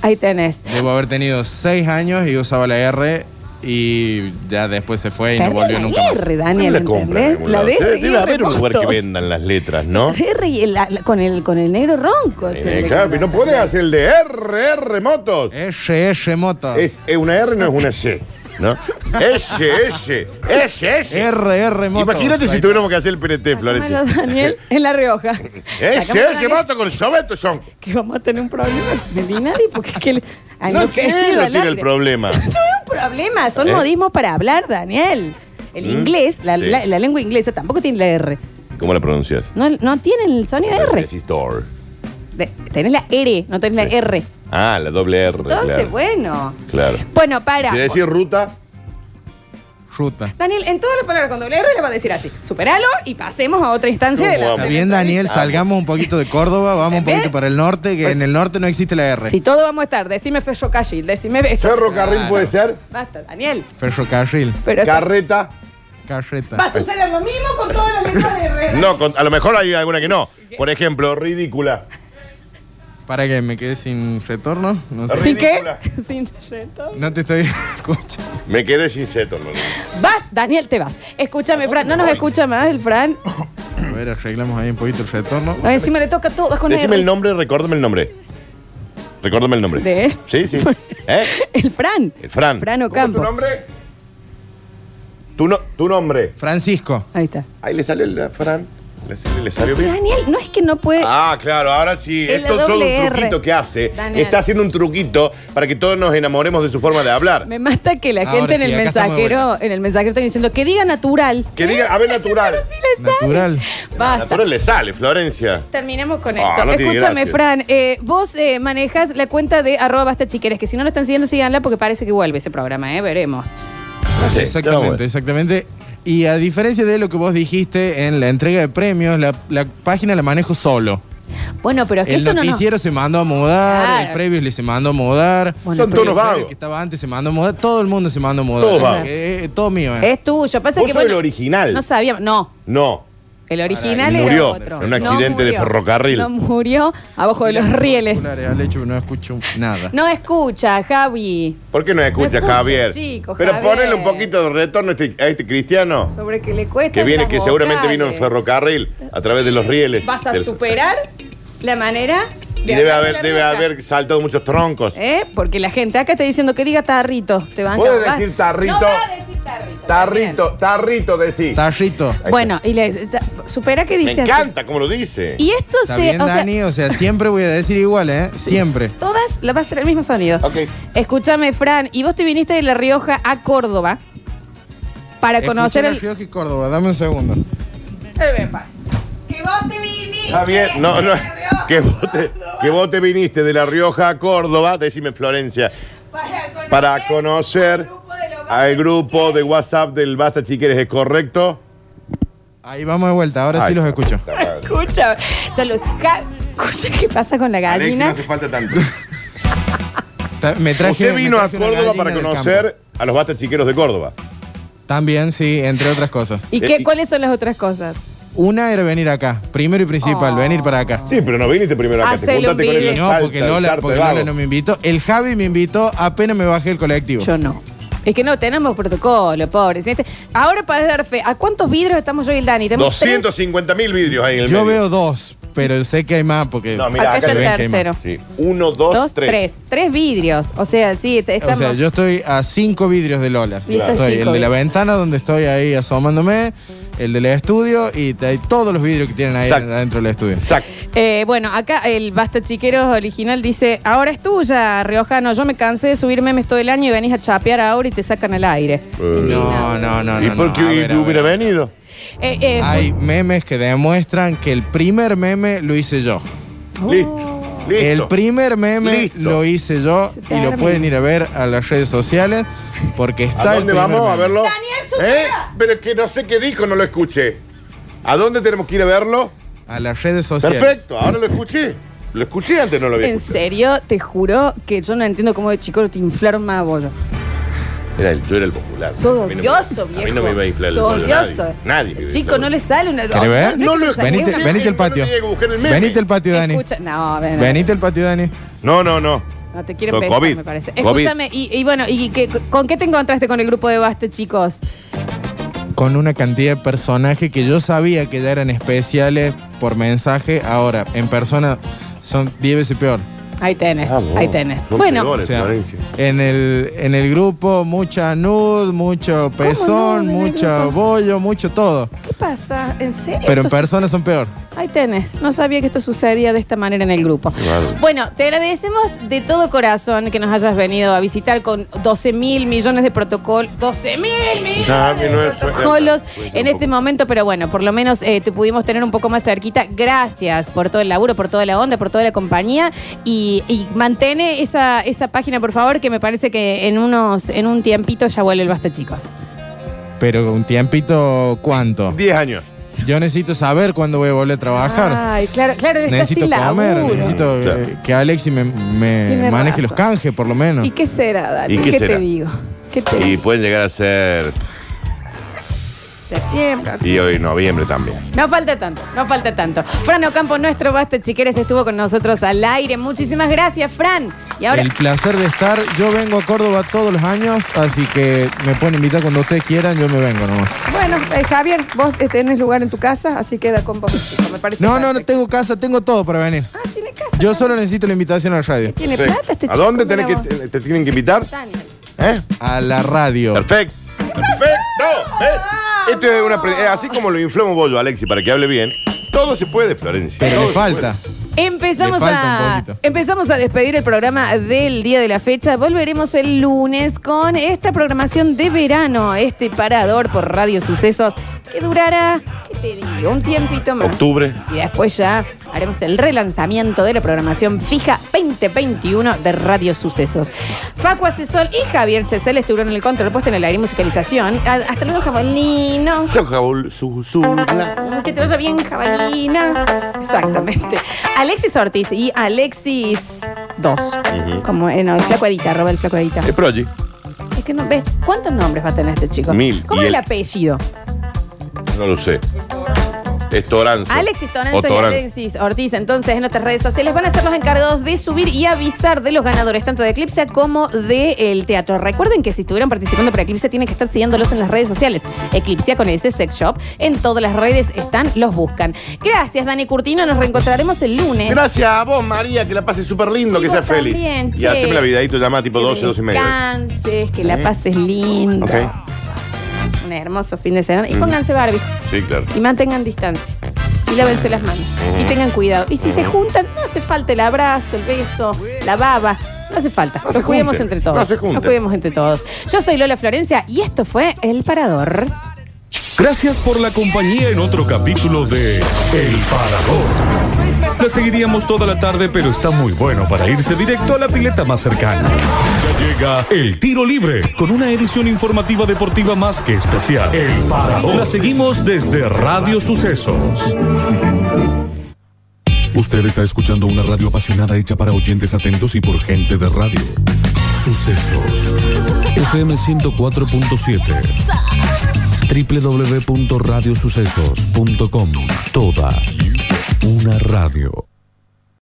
Speaker 2: Ahí tenés.
Speaker 22: Debo haber tenido 6 años y usaba la R y ya después se fue y no
Speaker 2: Perdí
Speaker 22: volvió
Speaker 2: la
Speaker 22: nunca más.
Speaker 2: R, Daniel,
Speaker 22: La compra en
Speaker 2: ¿entendés?
Speaker 22: algún
Speaker 2: La
Speaker 22: lado.
Speaker 2: de
Speaker 22: Sí,
Speaker 2: R
Speaker 22: debe haber
Speaker 3: Pero un lugar que
Speaker 2: Bustos.
Speaker 3: vendan las letras, ¿no?
Speaker 2: La R y el- la- con, el, con el negro ronco. este,
Speaker 3: Eh,
Speaker 2: le-
Speaker 3: Claro, pero no puedes hacer el de RR Motos.
Speaker 22: RR Motos.
Speaker 3: Es, eh, una R, no es una C. ¿No? Ese, ese, ese, ese.
Speaker 22: RR Motos.
Speaker 3: Imagínate
Speaker 22: Ahí
Speaker 3: si tuviéramos que hacer el PNT, Florencia.
Speaker 23: Dámelo, Daniel, en La Rioja.
Speaker 3: Ese,
Speaker 23: Sacámoslo,
Speaker 3: ese
Speaker 23: Daniel,
Speaker 3: moto con el sobeto son.
Speaker 23: Que vamos a tener un problema. Melinari, porque es que... le- Ay,
Speaker 3: No
Speaker 23: no, que sí,
Speaker 3: quiero,
Speaker 23: al
Speaker 3: tiene el
Speaker 23: aire.
Speaker 3: problema.
Speaker 2: problema,
Speaker 23: son
Speaker 3: ¿Eh?
Speaker 2: modismos para hablar, Daniel. El
Speaker 3: ¿Mm?
Speaker 2: inglés, la,
Speaker 3: Sí.
Speaker 2: la- la lengua inglesa tampoco tiene la R.
Speaker 3: ¿Cómo la pronuncias?
Speaker 2: No, no tiene el sonido R.
Speaker 3: Decís door.
Speaker 2: De- tenés la R, no tenés la R.
Speaker 3: Ah, la doble R.
Speaker 2: Entonces,
Speaker 3: claro.
Speaker 2: bueno.
Speaker 3: Claro.
Speaker 2: Bueno, para.
Speaker 3: Si decís ruta.
Speaker 22: Ruta.
Speaker 2: Daniel, en todas las palabras con doble R le va a decir así. Superalo y pasemos a otra instancia de la.
Speaker 22: Está bien, Daniel, salgamos un poquito de Córdoba, vamos un poquito para el norte,
Speaker 2: Pues
Speaker 22: que en el norte no existe la R.
Speaker 2: Si todo vamos a estar, decime ferrocarril, decime esto.
Speaker 22: Ferrocarril puede ser.
Speaker 2: Basta, Daniel.
Speaker 22: Ferrocarril.
Speaker 2: Pero está-
Speaker 3: Carreta.
Speaker 22: Carreta.
Speaker 2: Va a suceder lo mismo con todas las letras de R.
Speaker 3: Eh, No, con- a lo mejor hay alguna que no. Por ejemplo, ridícula.
Speaker 22: ¿Para que me quedé sin retorno? No sé.
Speaker 23: ¿Sí qué? Sin reto.
Speaker 22: No te estoy escuchando.
Speaker 3: Me quedé sin seto,
Speaker 2: Vas, Daniel, te vas. Escúchame, Fran. No nos escucha más el Fran.
Speaker 22: A ver, arreglamos ahí un poquito el retorno.
Speaker 2: No, encima le toca todo. Es con
Speaker 3: Decime
Speaker 2: R.
Speaker 3: el nombre, recuérdame el nombre. Recuérdame el nombre.
Speaker 2: ¿De?
Speaker 3: Sí, sí. ¿Eh?
Speaker 2: El Fran.
Speaker 3: El Fran.
Speaker 2: Fran Ocampo.
Speaker 3: ¿Cómo es tu nombre? Tu, no- tu nombre.
Speaker 22: Francisco.
Speaker 2: Ahí está.
Speaker 3: Ahí le salió el eh, Fran. Le, le salió
Speaker 2: Entonces,
Speaker 3: bien.
Speaker 2: Daniel, no es que no puede.
Speaker 3: Ah, claro, ahora sí.
Speaker 2: Es la
Speaker 3: Esto es todo
Speaker 2: doble
Speaker 3: un
Speaker 2: R.
Speaker 3: truquito que hace.
Speaker 2: Daniel.
Speaker 3: Está haciendo un truquito para que todos nos enamoremos de su forma de hablar.
Speaker 2: Me mata que la
Speaker 3: Ahora
Speaker 2: gente en
Speaker 3: sí,
Speaker 2: el
Speaker 3: acá estamos de
Speaker 2: mensajero, en el mensajero están diciendo que diga natural.
Speaker 3: Que diga, a ver, natural.
Speaker 22: Natural.
Speaker 2: Basta.
Speaker 3: Natural le sale, Florencia.
Speaker 2: Terminemos con
Speaker 3: Ah,
Speaker 2: esto.
Speaker 3: no tiene
Speaker 2: Escúchame,
Speaker 3: gracia.
Speaker 2: Fran, eh, vos eh, manejas la cuenta de arroba basta chiqueres, que si no lo están siguiendo, síganla porque parece que vuelve ese programa, ¿eh? Veremos.
Speaker 22: Exactamente, exactamente. Y a diferencia de lo que vos dijiste en la entrega de premios, la, la página la manejo solo.
Speaker 2: Bueno, pero es que
Speaker 22: El
Speaker 2: eso no nos...
Speaker 22: noticiero se mandó a mudar,
Speaker 2: Claro.
Speaker 22: el previo le se mandó a mudar.
Speaker 2: Bueno, Son
Speaker 22: el
Speaker 2: todos
Speaker 22: previo
Speaker 2: vagos.
Speaker 22: el que estaba antes se mandó a mudar, todo el mundo se mandó a mudar.
Speaker 3: Todos
Speaker 22: Así
Speaker 3: vagos.
Speaker 22: que, eh, todo mío. eh.
Speaker 2: Es tuyo. Pasa
Speaker 3: Vos
Speaker 2: que,
Speaker 3: sos
Speaker 2: bueno,
Speaker 3: el original.
Speaker 2: No sabíamos. No,
Speaker 3: No.
Speaker 2: el original
Speaker 3: Y
Speaker 2: era
Speaker 3: murió
Speaker 2: otro.
Speaker 3: en un
Speaker 2: No
Speaker 3: accidente de
Speaker 2: murió.
Speaker 3: ferrocarril.
Speaker 2: No murió abajo de los rieles.
Speaker 22: Al hecho no escucho nada.
Speaker 2: No escucha, Javi.
Speaker 3: ¿Por qué no escuchas,
Speaker 2: escucha,
Speaker 3: Javier?
Speaker 2: chico,
Speaker 3: Pero
Speaker 2: Javier.
Speaker 3: ponele un poquito de retorno a este, a este cristiano
Speaker 2: Sobre que le cuesta.
Speaker 3: que viene, que seguramente vino en ferrocarril a través de los rieles.
Speaker 2: Vas a
Speaker 3: Del-
Speaker 2: superar la manera de
Speaker 3: y debe
Speaker 2: hablar
Speaker 3: haber,
Speaker 2: la
Speaker 3: debe
Speaker 2: reta.
Speaker 3: haber saltado muchos troncos.
Speaker 2: ¿Eh? Porque la gente acá está diciendo que diga tarrito. Te van
Speaker 3: Puedes decir tarrito. Tarrito, tarrito decís.
Speaker 22: Tarrito.
Speaker 2: Bueno, y le, ya, supera que
Speaker 3: Me
Speaker 2: dice. así.
Speaker 3: encanta cómo lo dice.
Speaker 2: Y esto
Speaker 22: Está
Speaker 2: se.
Speaker 22: bien,
Speaker 2: o sea,
Speaker 22: Dani, o sea, siempre voy a decir igual, ¿eh? Siempre.
Speaker 2: Todas las va a ser el mismo sonido. Escúchame, Fran, y vos te viniste de La Rioja a Córdoba para conocer
Speaker 22: Escuché
Speaker 2: el.
Speaker 22: la Rioja y Córdopa, dame un segundo.
Speaker 2: Que vos te viniste.
Speaker 3: Está bien, no, no. Que vos, te, que vos te viniste de La Rioja a Córdoba, decime Florencia, para conocer al grupo de WhatsApp del Basta Chiqueres, ¿es correcto?
Speaker 22: Ahí vamos de vuelta, ahora sí los escucho.
Speaker 2: Escucha. Salud. Ja- Escucha qué pasa con la
Speaker 3: Alexi, no
Speaker 2: gallina.
Speaker 3: hace falta tanto.
Speaker 22: Ta- Me traje,
Speaker 3: Usted
Speaker 22: me
Speaker 3: vino a
Speaker 22: traje una
Speaker 3: Córdoba
Speaker 22: gallina
Speaker 3: para
Speaker 22: del
Speaker 3: conocer a los Basta Chiqueros de Córdoba.
Speaker 22: campo. También, sí, entre otras cosas. Eh,
Speaker 2: ¿Y
Speaker 3: Eh,
Speaker 2: qué, cuáles son las otras cosas?
Speaker 22: Una era venir acá, primero y
Speaker 2: Oh.
Speaker 22: principal, venir para acá.
Speaker 3: Sí, pero no viniste primero
Speaker 2: acá, te Hacele un juntaste con video.
Speaker 22: No,
Speaker 2: esa
Speaker 22: porque
Speaker 3: salsa de
Speaker 22: Lola,
Speaker 3: carta
Speaker 22: porque
Speaker 3: de
Speaker 22: Lola
Speaker 3: vago.
Speaker 22: no me invitó. El Javi me invitó apenas me bajé el colectivo.
Speaker 2: Yo no. Es que no tenemos protocolo, pobre. ¿sí? Ahora para dar fe, ¿a cuántos vidrios estamos yo y el Dani? Tenemos
Speaker 3: 250 mil vidrios ahí en el
Speaker 22: Yo
Speaker 3: medio.
Speaker 22: veo dos, pero sé que hay más porque.
Speaker 3: No, mira,
Speaker 2: Acá está
Speaker 22: se
Speaker 2: el
Speaker 22: ven que hay más.
Speaker 2: tercero.
Speaker 3: Sí. Uno, dos,
Speaker 2: Tres, tres. tres. vidrios. O sea, sí, te-
Speaker 22: O
Speaker 2: estamos.
Speaker 22: sea, yo estoy a cinco vidrios de Lola.
Speaker 2: Y está
Speaker 22: Estoy
Speaker 2: cinco
Speaker 22: el de la
Speaker 2: vidrios.
Speaker 22: ventana donde estoy ahí asomándome, el del estudio y te- hay todos los vidrios que tienen ahí adentro del estudio.
Speaker 3: Exacto.
Speaker 2: Eh, bueno, acá el Basta Chiqueros original dice, ahora es tuya, Riojano, yo me cansé de subir memes todo el año y venís a chapear ahora y te sacan al aire.
Speaker 22: No, no, no.
Speaker 3: ¿Y
Speaker 22: no,
Speaker 3: por
Speaker 22: no.
Speaker 3: qué
Speaker 22: A ver, a ver.
Speaker 3: hubiera venido?
Speaker 2: Eh, eh,
Speaker 22: Hay memes que demuestran que el primer meme lo hice yo.
Speaker 2: uh,
Speaker 3: Listo.
Speaker 22: El primer meme lo hice yo y lo
Speaker 2: termina.
Speaker 22: pueden ir a ver a las redes sociales porque está
Speaker 3: ¿A
Speaker 22: el
Speaker 3: dónde
Speaker 22: primer
Speaker 3: vamos a
Speaker 22: meme.
Speaker 3: verlo? ¿Eh? Pero es que no sé qué dijo, no lo escuché. ¿A dónde tenemos que ir a verlo?
Speaker 22: A las redes sociales.
Speaker 3: Perfecto, ahora lo escuché. Lo escuché antes, no lo había
Speaker 2: en
Speaker 3: escuchado.
Speaker 2: serio, te juro que yo no entiendo cómo de chico te inflaron más a bollo.
Speaker 3: Era el, yo era el popular.
Speaker 2: Sos
Speaker 3: A mí no me-
Speaker 2: odioso,
Speaker 3: A mí no
Speaker 2: viejo.
Speaker 3: me iba a inflar el
Speaker 2: Sos
Speaker 3: bollo
Speaker 2: odioso.
Speaker 3: Nadie, nadie me iba a
Speaker 2: Chico,
Speaker 3: inflar
Speaker 2: no le sale una...
Speaker 22: ¿Querés ver?
Speaker 2: No, le sale
Speaker 22: venite,
Speaker 2: una-
Speaker 22: venite al patio. Venite al patio, Dani.
Speaker 2: Escucha- no, ven, ven.
Speaker 22: Venite al patio, Dani.
Speaker 3: No, no, no.
Speaker 2: No te quieren
Speaker 22: Con
Speaker 2: pensar,
Speaker 22: COVID.
Speaker 2: me parece.
Speaker 22: COVID.
Speaker 2: Escúchame, y, y bueno, y qué- ¿con qué te encontraste con el grupo de Basta, chicos?
Speaker 22: Con una cantidad de personajes que yo sabía que ya eran especiales por mensaje. Ahora, en persona son 10 veces peor.
Speaker 2: Ahí tenés,
Speaker 3: Ah,
Speaker 22: Vamos.
Speaker 2: ahí tenés.
Speaker 22: No
Speaker 2: Bueno,
Speaker 22: pegó la O sea, diferencia. En el, en el grupo, mucha nud, mucho pezón,
Speaker 2: nude en el
Speaker 22: mucho
Speaker 2: grupo?
Speaker 22: bollo, mucho todo.
Speaker 2: ¿qué pasa? ¿En serio?
Speaker 22: Pero en
Speaker 2: Esto
Speaker 22: personas son peor.
Speaker 2: su- Ahí tenés. No sabía que esto sucedía de esta manera en el grupo. Bueno, te agradecemos de todo corazón que nos hayas venido a visitar con 12 mil millones de protocolos. 12 mil millones
Speaker 3: Ah, mi no
Speaker 2: de
Speaker 3: es-
Speaker 2: protocolos
Speaker 3: Puede ser
Speaker 2: en
Speaker 3: un
Speaker 2: este momento, pero bueno, por lo menos eh, te pudimos tener un poco más cerquita. Gracias por todo el laburo, por toda la onda, por toda la compañía. Y, y mantene esa, esa página, por favor, que me parece que en unos, en un tiempito ya vuelve el basta, chicos.
Speaker 22: Pero un tiempito, ¿cuánto?
Speaker 3: 10 años.
Speaker 22: Yo necesito saber cuándo voy a volver a trabajar.
Speaker 14: Ah,
Speaker 2: Ay, claro, claro, él está
Speaker 22: necesito
Speaker 2: sin
Speaker 22: comer,
Speaker 2: laburo.
Speaker 22: necesito eh, que Alexi me, me
Speaker 2: Tiene
Speaker 22: maneje
Speaker 2: razón.
Speaker 22: los canjes, por lo menos.
Speaker 2: ¿Y qué será, Dani?
Speaker 3: ¿Y qué será?
Speaker 2: te digo? ¿Qué te
Speaker 3: Y pueden llegar a ser.
Speaker 2: Septiembre.
Speaker 3: Y hoy noviembre también.
Speaker 2: No falta tanto, no falta tanto. Fran Ocampo, nuestro Basta Chiqueres, estuvo con nosotros al aire. Muchísimas gracias, Fran. Y ahora,
Speaker 22: El placer de estar. Yo vengo a Córdoba todos los años, así que me pueden invitar cuando ustedes quieran, yo me vengo nomás.
Speaker 14: Bueno, eh, Javier, vos eh, tenés lugar en tu casa, así queda con vos, chico, me parece.
Speaker 22: No, no, no tengo casa, tengo todo para venir. Ah, tiene casa. Yo solo necesito la invitación a la radio.
Speaker 14: Tiene plata este
Speaker 3: ¿A
Speaker 14: chico,
Speaker 3: dónde
Speaker 14: mira
Speaker 3: tenés que,
Speaker 14: vos.
Speaker 3: te, te tienen que invitar? ¿Eh?
Speaker 22: A la radio.
Speaker 3: Perfecto. Perfecto. ¿Ves? Esto es una pre- eh, así como lo infló un bollo, Alexi, para que hable bien. Todo se puede, Florencia.
Speaker 22: Pero
Speaker 3: Todo
Speaker 22: le
Speaker 3: se puede.
Speaker 22: falta.
Speaker 2: empezamos
Speaker 3: Le falta un
Speaker 2: a,
Speaker 3: poquito.
Speaker 2: empezamos a despedir el programa del día de la fecha. Volveremos el lunes con esta programación de verano, este parador por Radio Sucesos, que durará, ¿qué te digo? Un tiempito más.
Speaker 3: Octubre.
Speaker 2: Y después ya haremos el relanzamiento de la programación fija 2021 de Radio Sucesos. Facu Asesol y Javier Chesel estuvieron en el control puesto en el aire y musicalización. A- Hasta luego, jabalinos.
Speaker 3: Su jabul- su- su- la-
Speaker 2: Mm, Que te vaya bien, jabalina. Exactamente. Alexis Ortiz y Alexis 2.
Speaker 3: Ujú. Eh,
Speaker 2: Como en el flaco Edita, Robert Flaco Edita.
Speaker 3: El Proji.
Speaker 2: Es que no ves. ¿Cuántos nombres va a tener este chico?
Speaker 3: Mil.
Speaker 2: ¿Cómo
Speaker 3: Y
Speaker 2: es el
Speaker 3: él-
Speaker 2: apellido?
Speaker 3: No lo sé. Es Toranzo.
Speaker 2: Alexis
Speaker 3: O
Speaker 2: Tonenzo y
Speaker 3: Toranzo.
Speaker 2: Alexis Ortiz, entonces, en nuestras redes sociales van a ser los encargados de subir y avisar de los ganadores, tanto de Eclipse como del teatro. Recuerden que si estuvieran participando por Eclipse, tienen que estar siguiéndolos en las redes sociales. Eclipse con ese sex shop. En todas las redes están, los buscan. Gracias, Dani Curtino. Nos reencontraremos el lunes.
Speaker 3: Gracias a vos, María, que la pases súper lindo,
Speaker 2: Y
Speaker 3: que
Speaker 2: vos
Speaker 3: seas feliz.
Speaker 2: también,
Speaker 3: y
Speaker 2: che.
Speaker 3: haceme la videito, llama tipo 12, 12 y media.
Speaker 2: Descanses, que la
Speaker 3: Sí.
Speaker 2: pases lindo.
Speaker 3: Ok,
Speaker 2: Un hermoso fin de semana. Y
Speaker 3: Mm.
Speaker 2: pónganse Barbie.
Speaker 3: sí, claro.
Speaker 2: Y mantengan distancia. Y lávense las manos. Y tengan cuidado. Y si se juntan, no hace falta el abrazo, el beso, la baba. No hace falta.
Speaker 14: se
Speaker 2: Nos cuidemos
Speaker 14: junten.
Speaker 2: entre todos.
Speaker 14: No se junten.
Speaker 2: Nos cuidemos entre todos. Yo soy Lola Florencia y esto fue El Parador.
Speaker 1: Gracias por la compañía en otro capítulo de El Parador. La seguiríamos toda la tarde, pero está muy bueno para irse directo a la pileta más cercana. Ya llega El Tiro Libre, con una edición informativa deportiva más que especial. El Parador. La seguimos desde Radio Sucesos. Usted está escuchando una radio apasionada hecha para oyentes atentos y por gente de radio. Sucesos. FM 104.7 www.radiosucesos.com. Toda una radio.